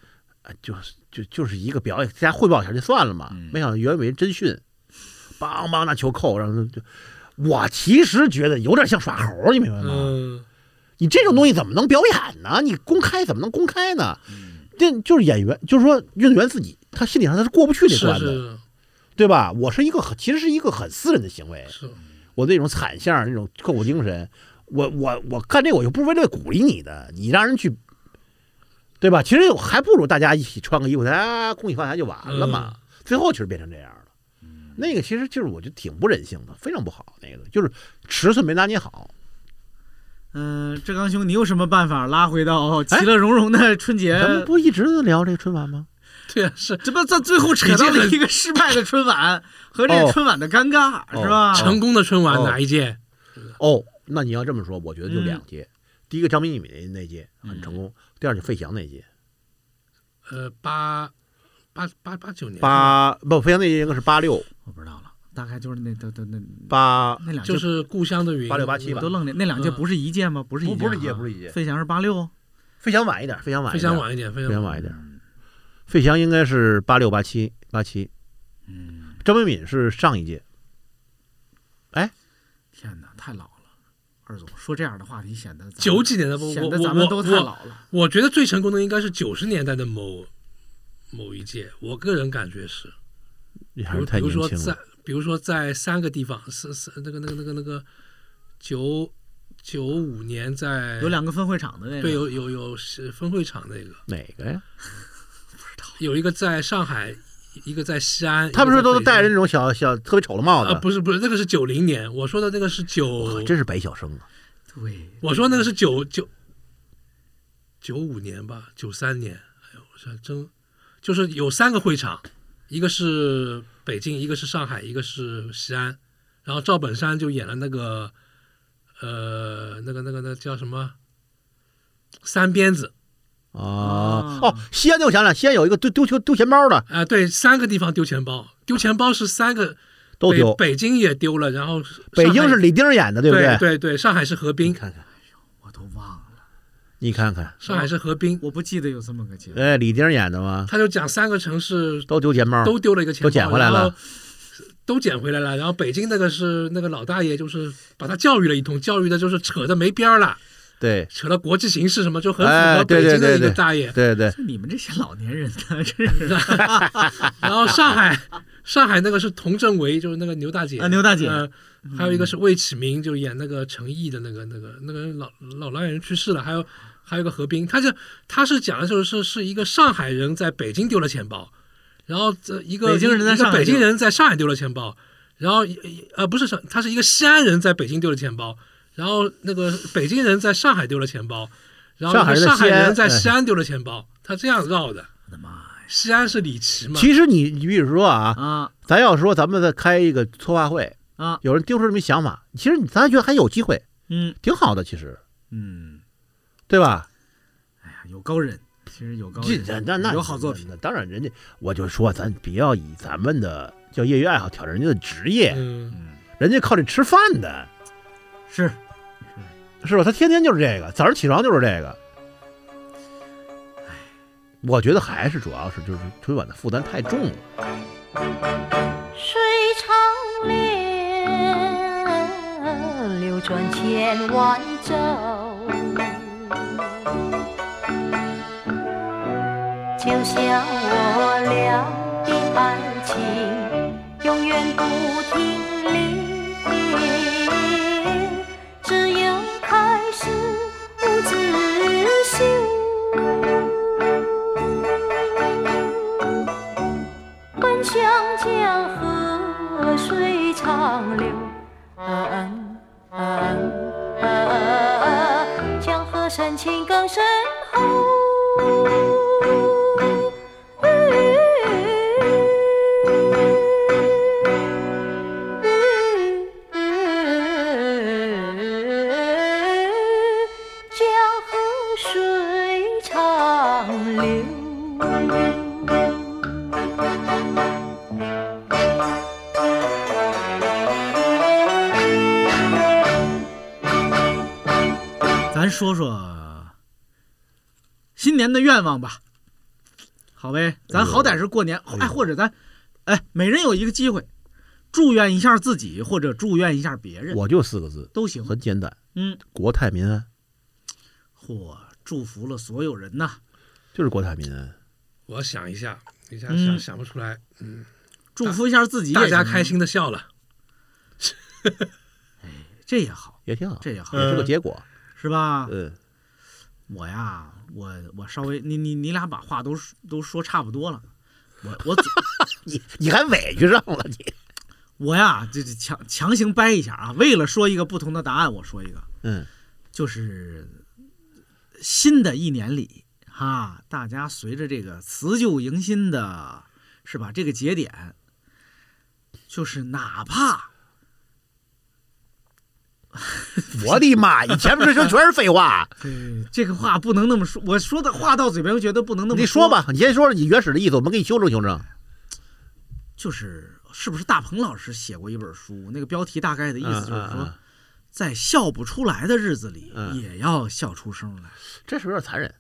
C: 呃、就是就就是一个表演，大家汇报一下就算了嘛。
B: 嗯
C: 没想到袁伟真训，梆梆那球扣，然后就，我其实觉得有点像耍猴，你明白吗？
D: 嗯，
C: 你这种东西怎么能表演呢？你公开怎么能公开呢？
D: 嗯
C: 这就是演员，就是说运动员自己，他心理上他是过不去
D: 是
C: 这关的，
D: 是 <laughs>
C: 对吧？我是一个很，其实是一个很私人的行为，
D: 是，
C: 我那种惨相，那种刻苦精神，我我我干这个我又不是为了鼓励你的，你让人去，对吧？其实还不如大家一起穿个衣服，大家恭喜发财就完了嘛。最后其实变成这样了，那个其实就是我觉得挺不人性的，非常不好。那个就是尺寸没拿捏好，
B: 嗯，志刚兄，你有什么办法拉回到哦其乐融融的春节？
C: 哎咱们不一直在聊这个春晚吗？
D: 对啊，是
B: 这不在最后扯到了一个失败的春晚和这个春晚的尴尬，
C: 哦
B: 是吧？
D: 成功的春晚
C: 哦
D: 哪一届？
C: 哦，那你要这么说，我觉得就
B: 嗯
C: 两届，第一个张明敏那届很成功，第二就费翔那届，
D: 呃，八八八八九年，
C: 八不费翔那届应该是八六
B: 我不知道了，大概就是那都都那
C: 八
B: 那两届
D: 就是故乡的云，
C: 八六八七吧
B: 我都愣了，那两届不是一届吗？不是一届，
C: 嗯不是一届不是一届
B: 费翔是八六，
C: 费翔晚一点，费翔晚
D: 呃
C: 一
D: 非
C: 点
D: 常，晚一点，非
C: 费翔
D: 常
C: 晚一点，费翔应该是八六八七八七，嗯，张明敏是上一届，
B: 天哪，太老了。二总说这样的话题显得咱们
D: 九几年的不
B: 显
D: 我
B: 得
D: 我
B: 咱们
D: 我
B: 都太
D: 我
B: 老了。
D: 我觉得最成功的应该是九十年代的某某一届，我个人感觉是，
C: 你
D: 比
C: 还
D: 如
C: 是太
D: 比
C: 年
D: 如说
C: 轻
D: 在
C: 了，
D: 比如说在三个地方，是是那个那个那个那个九九五年
C: 哎
D: 在
B: 有两个分会场的那个，
D: 对有有有是分会场那个，
C: 哪个呀？
D: 有一个在上海，一个在西安，
C: 他们
D: 一
C: 是
D: 个在
C: 都
D: 北京
C: 戴着那种小小特别丑的帽
D: 啊，
C: 子，
D: 不是不是，那个是九零年，我说的那个是九
C: 哇，，真是白晓生啊！
B: 对，
D: 我说那个是九九九五年吧，九三年，哎呦，我说真就是有三个会场，一个是北京，一个是上海，一个是西安，然后赵本山就演了那个呃那个那个那叫什么三鞭子
C: 啊哦，西安就想起来，西安有一个丢丢球丢钱包的
D: 啊、对，三个地方丢钱包，丢钱包是三个
C: 都丢，
D: 北北京也丢了，然后
C: 北京
D: 上海
C: 是李丁演的，对不
D: 对对对，上海是何
C: 你
D: 冰，
C: 看看，
B: 我都忘了，
C: 你看看，
D: 上海是何冰，
B: 我不记得有这么个节目。
C: 哎，李丁演的吗？
D: 他就讲三个城市
C: 都丢钱包，
D: 都丢了一个钱
C: 嗯都
D: 包，
C: 捡回来了
D: 然后，都捡回来了。然后北京那个是那个老大爷，就是把他教育了一通，教育的就是扯的没边儿了，
C: 对
D: 扯到国际形势什么，就很符
C: 哎
D: 合
C: 对
D: 北
C: 对
D: 京的
C: 对
D: 一个
C: 对
D: 大爷。
C: 对对，
B: 就你们这些老年人呢，真是
D: 然后上海， <laughs> 上海那个是童振维，就是那个牛大姐
B: 啊牛大姐嗯
D: 呃还有一个是魏启明，就演那个陈毅的那个那个那个老老老演员去世了，还有还有一个何冰，他就他是讲的就是是一个上海人在北京丢了钱包，然后这一个
B: 北京人在
D: 一个
B: 上海
D: 北京
B: 丢
D: 人在上海丢了钱包，然后呃不是上，他是一个西安人在北京丢了钱包，然后那个北京人在上海丢了钱包，然后
C: 上海人在
D: 上海人在
C: 西
B: 哎
C: 安
D: 西安丢了钱包，他这样绕的。我的妈呀！西安是李琦嘛？
C: 其实你你比如说啊，
B: 啊
C: 咱要说咱们再开一个策划会，
B: 啊，
C: 有人丢出这么一想法，其实你咱觉得还有机会，
B: 嗯
C: 挺好的，其实
B: 嗯，
C: 对吧？
B: 哎呀，有高人，其实有高
C: 这
B: 人，
C: 那那
B: 有好作品，
C: 那当然人家我就说咱不要以咱们的叫业余爱好挑战人家的职业，
D: 嗯，
C: 人家靠这吃饭的，
B: 是
C: 是吧？他天天就是这个，早上起床就是这个。我觉得还是主要是就是春晚的负担太重了。
G: 水长流，流转千万州。就像我俩的爱情，永远不停留，只有开始不知休。奔向江河水长流，江河深情更深厚。江河水长流。
B: 咱说说新年的愿望吧，好呗，咱好歹是过年，
C: 呦
B: 哎，或者咱，哎，每人有一个机会，祝愿一下自己，或者祝愿一下别人，
C: 我就四个字，
B: 都行。
C: 很简单，
B: 嗯，
C: 国泰民安，
B: 嚯，祝福了所有人呐，
C: 就是国泰民安。
D: 我要想一下，一下
B: 嗯
D: 想想不出来。
B: 祝福一下自己，啊
D: 大家开，心的笑了，
B: 这也好，
C: 也挺好，
B: 这也呃啊好，
C: 也是个结果。
B: 是吧？
C: 嗯，
B: 我呀，我我稍微，你你你俩把话都说都说差不多了，我我总
C: 你你还委屈上了你。
B: 我呀，这这强强行掰一下啊，为了说一个不同的答案，我说一个。
C: 嗯，
B: 就是新的一年里，哈，大家随着这个辞旧迎新的，是吧？这个节点，就是哪怕
C: <laughs> 我的妈！你前面这就全是废 <laughs> 话，
B: 呃这个话不能那么说，我说的话到嘴边，又觉得不能那么
C: 你说
B: 说，
C: 吧，你先说说你原始的意思，我们给你修正修正。
B: 就是是不是大鹏老师写过一本书？那个标题大概的意思就是说，
C: 嗯嗯嗯
B: 在笑不出来的日子里，
C: 嗯
B: 也要笑出声来。
C: 这是有点残忍。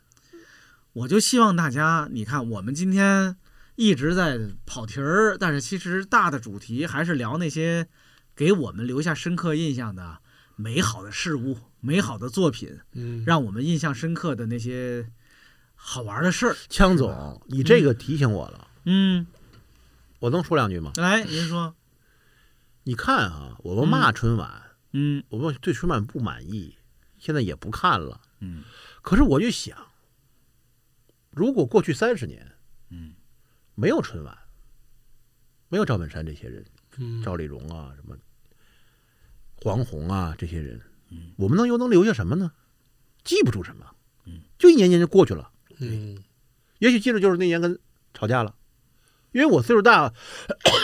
B: 我就希望大家，你看，我们今天一直在跑题儿，但是其实大的主题还是聊那些给我们留下深刻印象的美好的事物、美好的作品，
D: 嗯，
B: 让我们印象深刻的那些好玩的事儿。
C: 枪总，你这个提醒我了，
B: 嗯，
C: 我能说两句吗？
B: 来，您说，
C: 你看啊，我们骂春晚，
B: 嗯
C: 我们对春晚不满意，现在也不看了。
B: 嗯，
C: 可是我就想，如果过去三十年，
B: 嗯，
C: 没有春晚，没有赵本山这些人，
D: 嗯
C: 赵丽蓉啊，什么黄宏啊这些人，我们能又能留下什么呢？记不住什么，就一年年就过去了。
D: 嗯
C: 也许记住就是那年跟吵架了，因为我岁数大，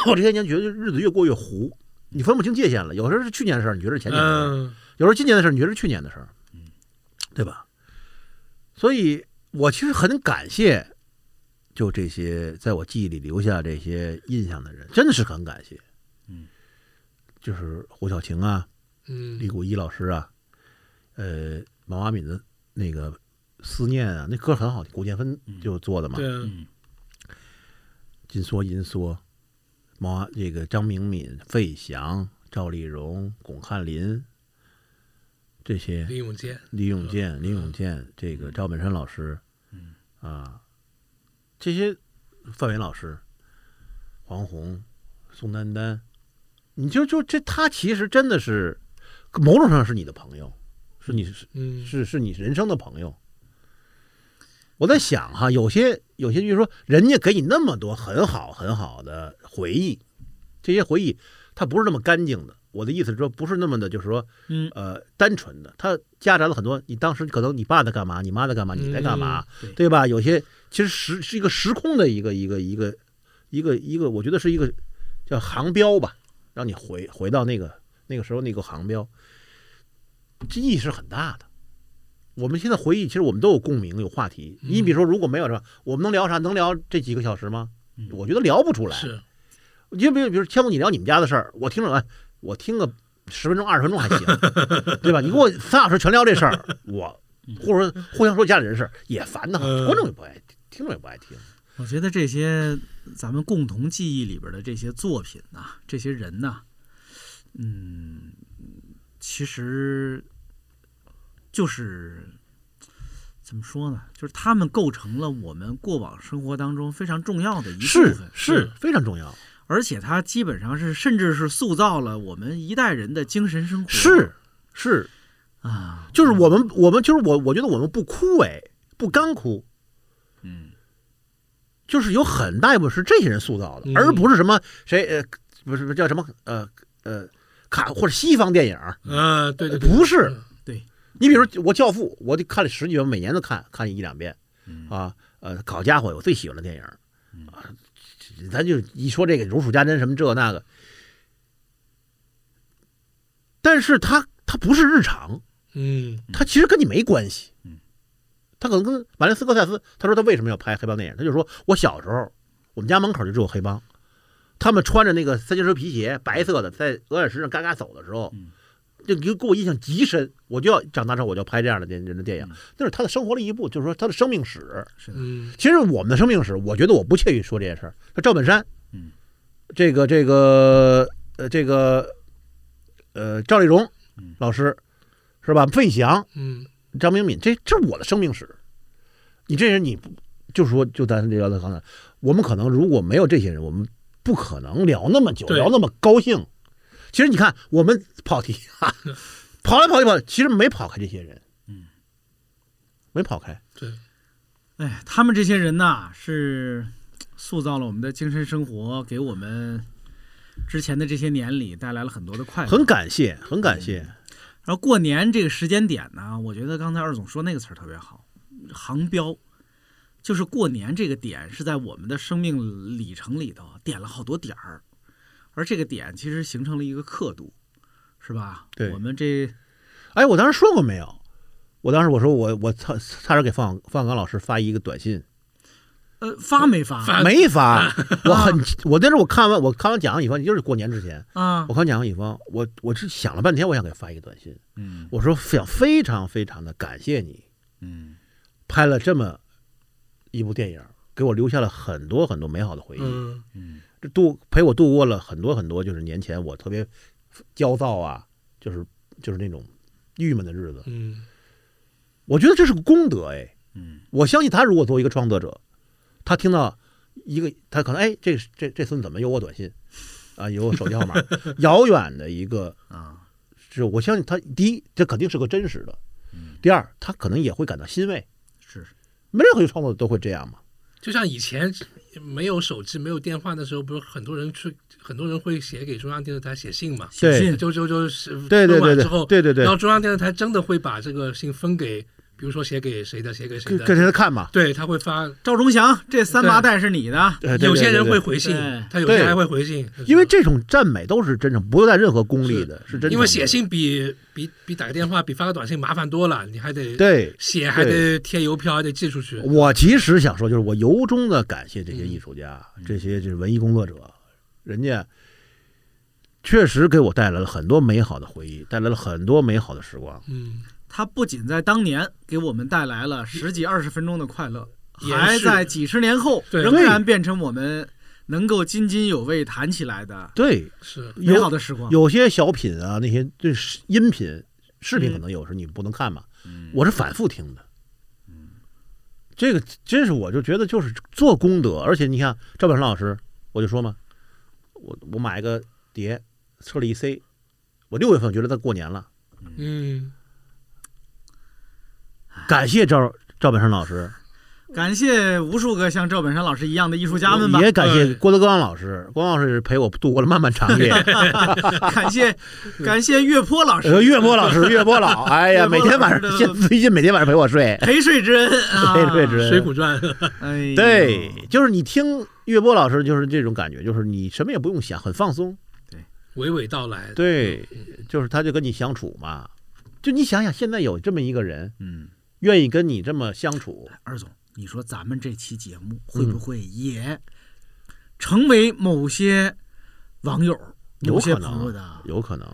C: <coughs> 我这些年觉得日子越过越糊，你分不清界限了。有时候是去年的事儿，你觉得是前年的事儿；
D: 嗯
C: 有时候今年的事儿，你觉得是去年的事儿，对吧？所以我其实很感谢，就这些在我记忆里留下这些印象的人，真的是很感谢。
B: 嗯，
C: 就是胡小晴啊，李
D: 嗯
C: 谷一老师啊，呃，毛阿敏的那个《思念》啊，那歌很好听，古建芬就做的嘛。
D: 嗯对啊，
B: 嗯
C: 金梭、银梭，毛阿这个张明敏、费翔、赵丽蓉、巩汉林这些，
D: 李永健，
C: 李永健、李永健，这个赵本山老师，啊，这些范伟老师、黄宏、宋丹丹，你就就这他其实真的是某种上是你的朋友，是你是
D: 嗯
C: 是是你人生的朋友。我在想哈，有些有些就是说，人家给你那么多很好很好的回忆，这些回忆它不是那么干净的。我的意思是说，不是那么的，就是说，
B: 嗯
C: 呃，单纯的，它夹杂了很多。你当时可能你爸在干嘛，你妈在干嘛，你在干嘛，
B: 嗯对
C: 对吧？有些其实时是一个时空的一个一个一个一个一个，我觉得是一个叫航标吧，让你回回到那个那个时候那个航标，这意义是很大的。我们现在回忆，其实我们都有共鸣，有话题。你比如说，如果没有这，我们能聊啥？能聊这几个小时吗？我觉得聊不出来。
D: 是
C: 你就比如，比如，千木，你聊你们家的事儿，我听着，哎我听个十分钟、二十分钟还行， <laughs> 对吧？你给我三小时全聊这事儿，我或者说互相说家里人事儿也烦的很，
D: 嗯
C: 观众也不爱听，听众也不爱听。
B: 我觉得这些咱们共同记忆里边的这些作品呐、这些人呐、嗯，其实就是怎么说呢？就是他们构成了我们过往生活当中非常重要的一部
C: 是
B: 分，
C: 是非常重要，
B: 而且它基本上是甚至是塑造了我们一代人的精神生活。
C: 是是，
B: 啊，
C: 就是我们我们就是我，我觉得我们不枯萎，不干枯，
B: 嗯，
C: 就是有很大一部分是这些人塑造的，
D: 嗯
C: 而不是什么谁呃不是不是叫什么呃呃卡或者西方电影儿，
D: 啊，对对对，
C: 不是
D: 嗯
B: 对，
C: 你比如说我《教父》，我得看了十几遍，每年都看看一两遍，啊，呃，好家伙，我最喜欢的电影儿啊，这咱就一说这个如数家珍什么这那个，但是它它不是日常，
D: 嗯
C: 它其实跟你没关系
B: 嗯，
C: 他可能跟马林斯科塞斯，他说他为什么要拍黑帮电影，他就说我小时候我们家门口就只有黑帮，
B: 嗯
C: 他们穿着那个三节车皮鞋，白色的，在鹅卵石上嘎嘎走的时候，就给给我印象极深，我就要长大之后我就要拍这样的电人的
B: 嗯
C: 电影，那是他的生活的一部，就是说他的生命史。
D: 嗯，
C: 其实我们的生命史，我觉得我不屑于说这些事儿。他赵本山，
B: 嗯，
C: 这个这个呃这个呃赵丽蓉
B: 嗯
C: 老师是吧？费翔、
D: 嗯，
C: 张明敏，这这是我的生命史。你这人你不就说就咱聊的刚才，我们可能如果没有这些人，我们不可能聊那么久，
D: 对
C: 聊那么高兴。其实你看，我们跑题啊，跑来跑去跑去，其实没跑开这些人，
B: 嗯，
C: 没跑开。
D: 对，
B: 哎，他们这些人呐，是塑造了我们的精神生活，给我们之前的这些年里带来了很多的快乐。
C: 很感谢，很感谢。
B: 然后过年这个时间点呢，我觉得刚才二总说那个词儿特别好，航标，就是过年这个点是在我们的生命里程里头点了好多点儿，而这个点其实形成了一个刻度，是吧？
C: 对
B: 我们这
C: 哎，我当时说过没有？我当时我说我我差差点给范范刚老师发一个短信，
B: 呃发没发
D: 发
C: 没发。我很我那时候我看完我看完《甲方乙方》，就是过年之前，
B: 啊
C: 我？看《甲方乙方》，我我是想了半天，我想给发一个短信，
B: 嗯
C: 我说想非常非常的感谢你
B: 嗯
C: 拍了这么一部电影，给我留下了很多很多美好的回忆。
D: 嗯，
B: 嗯
C: 这度陪我度过了很多很多，就是年前我特别焦躁啊，就是就是那种郁闷的日子。
D: 嗯，
C: 我觉得这是个功德哎，
B: 嗯，
C: 我相信他如果作为一个创作者，他听到一个他可能哎这这这孙子怎么有我短信啊，有我手机号
B: <laughs>
C: 码，遥远的一个
B: 啊
C: 是我相信他第一这肯定是个真实的，
D: 嗯
C: 第二他可能也会感到欣慰，
B: 是
C: 没任何一个创作者都会这样嘛。
D: 就像以前没有手机、没有电话的时候，不是很多人去，很多人会写给中央电视台写信嘛？
B: 写
C: 对
B: 信
D: 就就就是
C: 对对对
D: 分完
C: 对
D: 之后，
C: 对对对
D: 然后中央电视台真的会把这个信分给，比如说写给谁的，写给谁
C: 给给
D: 的，
C: 谁看嘛？
D: 对他会发。
B: 赵忠祥这三麻袋是你的，
C: 呃对对
D: 有些
C: 对
D: 人
C: 对
D: 会回信
B: 对，
D: 他有些
C: 对
D: 还会回信，
C: 因为这种赞美都是真诚，不带任何功利的，是真诚的。
D: 因为写信比比比打个电话、比发个短信麻烦多了，你还得
C: 对
D: 写，还得贴邮票，还得寄出去。
C: 我其实想说，就是我由衷的感谢这
D: 嗯
C: 些艺术家，这些就是文艺工作者，人家确实给我带来了很多美好的回忆，带来了很多美好的时光。
D: 嗯，
B: 他不仅在当年给我们带来了十几二十分钟的快乐，
D: 延
B: 还
D: 续
B: 在几十年后
D: 对
B: 仍然变成我们能够津津有味谈起来的
C: 对，
D: 是
B: 美好
C: 有
B: 的时光。
C: 有些小品啊，那些对视音频、视频
D: 嗯
C: 可能有时候你不能看嘛，
B: 嗯
C: 我是反复听的。这个真是，我就觉得就是做功德，而且你看赵本山老师，我就说嘛，我我买个碟，车里一塞，我六月份觉得他过年了，
D: 嗯，
B: 啊
C: 感谢赵赵本山老师，
B: 感谢无数个像赵本山老师一样的艺术家们吧， <laughs>
C: 也感谢
D: 对
C: 郭德纲老师，郭德纲老师陪我度过了漫漫长
B: <laughs>
C: 夜。
B: 感
C: <laughs>
B: 谢感谢岳坡老
C: 呃，
B: 师
C: 岳波老师，岳波老，哎呀，
B: 岳波
C: 每
B: 老师
C: 天晚上
B: 的
C: 现最近每天晚上陪我睡。
B: 陪睡之恩
C: <laughs>
B: 啊，
C: 陪睡之
D: 《
C: 恩
D: 水浒传》
B: 哎呦，
C: 对，就是你听岳波老师，就是这种感觉，就是你什么也不用想，很放松。
D: 娓娓道来。
C: 对，就是他就跟你相处嘛，就你想想，现在有这么一个人
B: 嗯，
C: 愿意跟你这么相处，
B: 二总，你说咱们这期节目会不会也成为某些网友、
C: 有
B: 某些
C: 可
B: 朋友
C: 能
B: 的，？
C: 有可能，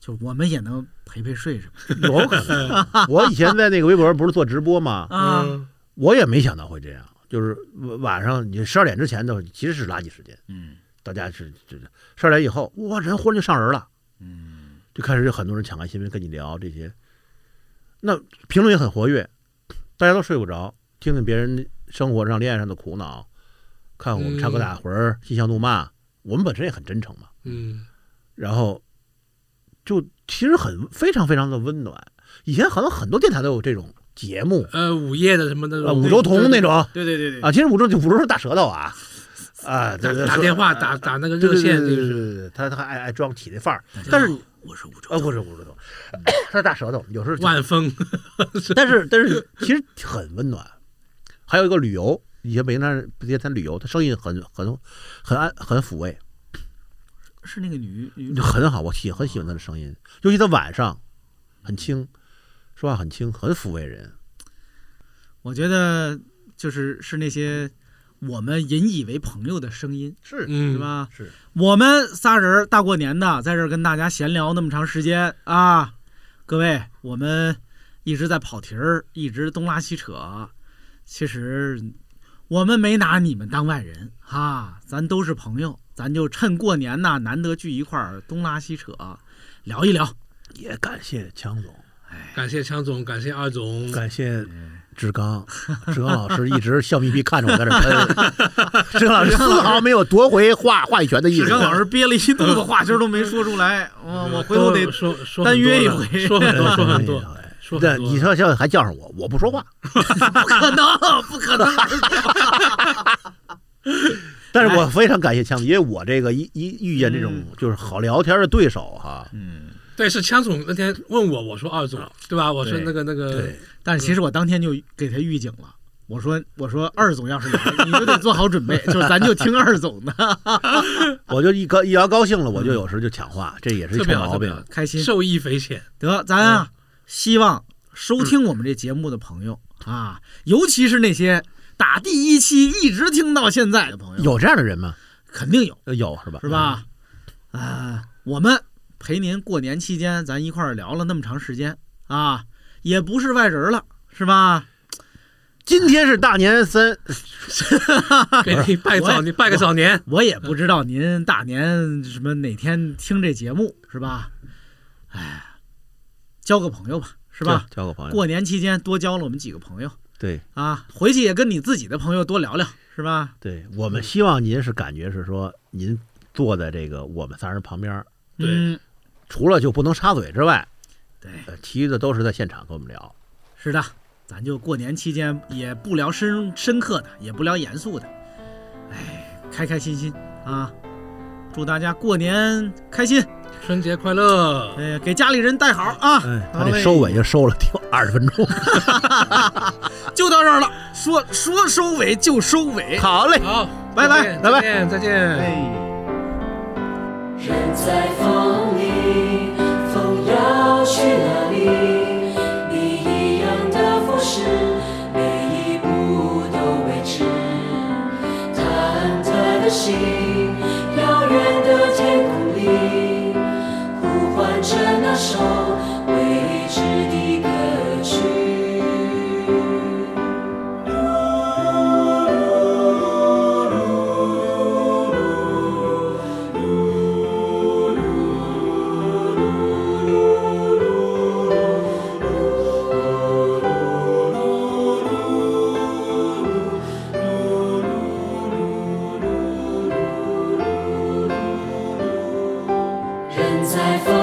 B: 就我们也能陪陪睡什么
C: <laughs> 有可能。 <laughs> 我以前在那个微博上不是做直播吗？
B: 的啊。
D: 嗯，
C: 我也没想到会这样，就是晚晚上你十二点之前都其实是垃圾时间，
B: 嗯，
C: 大家是就是十二点以后，哇，人忽然就上人了，嗯，就开始有很多人抢看新闻跟你聊这些，那评论也很活跃，大家都睡不着，听听别人生活上、恋爱上的苦恼，看我们
D: 嗯
C: 插科打诨儿、嬉笑怒骂，我们本身也很真诚嘛，
D: 嗯，
C: 然后就其实很非常非常的温暖。以前可能很多电台都有这种节目，
D: 呃，午夜的什么的
C: 呃，，五洲同那种。
B: 对对对对，
C: 啊，其实五洲就五洲是大舌头啊，啊，
D: 打
C: 对对
D: 打
C: 说
D: 电话打打那个
C: 对
D: 热
C: 对对
D: 线，
C: 对对
D: 就
C: 对
D: 是
C: 对对，他他还爱爱装起那范儿，
B: 大家
C: 但是
B: 好我是吴
C: 呃，
B: 卓，
C: 不是五洲头，
D: <laughs>
C: 他大舌头，有时候就，
D: 万峰。
C: 但是但是其实很温暖。还有一个旅游，以前北京人北京谈旅游，他生意很很很安很抚慰，
B: 是那个女女
C: 就很好，我喜很喜欢他的声音，尤其他晚上很轻，说话很轻，很抚慰人。
B: 我觉得就是是那些我们引以为朋友的声音，
C: 是啊
D: 嗯，
B: 是？吧？
C: 是，
B: 我们仨人儿大过年的，在这儿跟大家闲聊那么长时间啊，各位，我们一直在跑题儿，一直东拉西扯。其实我们没拿你们当外人哈、咱都是朋友，咱就趁过年呐，难得聚一块儿，东拉西扯聊一聊。
C: 也感谢强总，
D: 感谢强总，感谢二总，
C: 感谢
D: 嗯
C: 志刚，志刚老师一直笑眯眯看着我在这
D: <laughs>
C: 喷，志刚老师丝毫没有夺回话话语权的意思。
B: 史刚 <laughs> 老师憋了一肚子话，今儿都没说出 <laughs> 来，我我回头得
D: 都说说
B: 单
D: 很多
B: 约一
D: 了
B: 回
D: 说
C: <laughs>
D: 很多，说很多。
C: 哎
D: 说
C: 对，
D: 很多
C: 你说像还叫上我，我不说话，
B: 不可能，不可能。
C: 但是我非常感谢强，因为我这个一一遇见这种就是好聊天的对手哈，
B: 嗯，
D: 对，是强总那天问我，我说二总，对吧？我说
B: 对
D: 那个那个，
B: 但是其实我当天就给他预警了。我说，我说二总要是来，你就得做好准备，就是咱就听二总 <laughs> 的，
C: 我就一高一聊高兴了，我就有时候就抢话，这也是一臭
D: 特别好，
C: 毛
D: 特别
C: 病
D: 好。，
B: <laughs> 开心。
D: 受益匪浅。
B: 得，咱啊，希望收听我们这节目的朋友啊，尤其是那些打第一期一直听到现在的朋友，
C: 有这样的人吗？呃
B: 肯定有，
C: 有是吧？
B: 是？吧？啊、我们陪您过年期间，咱一块儿聊了那么长时间啊，也不是外人了，是吧？
C: 今天是大年三，
D: 给你拜
B: 我也
D: 早年，拜个早年。
B: 我也不知道您大年什么哪天听这节目是吧？哎，交个朋友吧，是
C: 是
B: 吧？？
C: 交个朋友，
B: 过年期间多交了我们几个朋友
C: 对
B: 啊，回去也跟你自己的朋友多聊聊，是吧？
C: 对，我们希望您是感觉是说您坐在这个我们仨人旁边儿，
D: 对
B: 嗯
C: 除了就不能插嘴之外，
B: 对，
C: 呃，其余的都是在现场跟我们聊。
B: 是的，咱就过年期间也不聊深深刻的，也不聊严肃的，哎，开开心心啊！祝大家过年开心，
D: 春节快乐！
B: 呃，给家里人带好啊！
C: 哎，他
B: 好
C: 这
B: 嘞
C: 收尾就收了挺二十
B: <laughs>
C: 分钟。
B: 就到这儿了，说说收尾就收尾，
C: 好嘞。
D: 好，
B: 拜拜
D: 再见
C: 拜拜
D: 再见，再见。
B: 哎。
G: 人在风里，风要去哪里？你一样的服饰，每一步都未知。忐忑的心，遥远的天空里，呼唤着那首未知的歌曲。人在风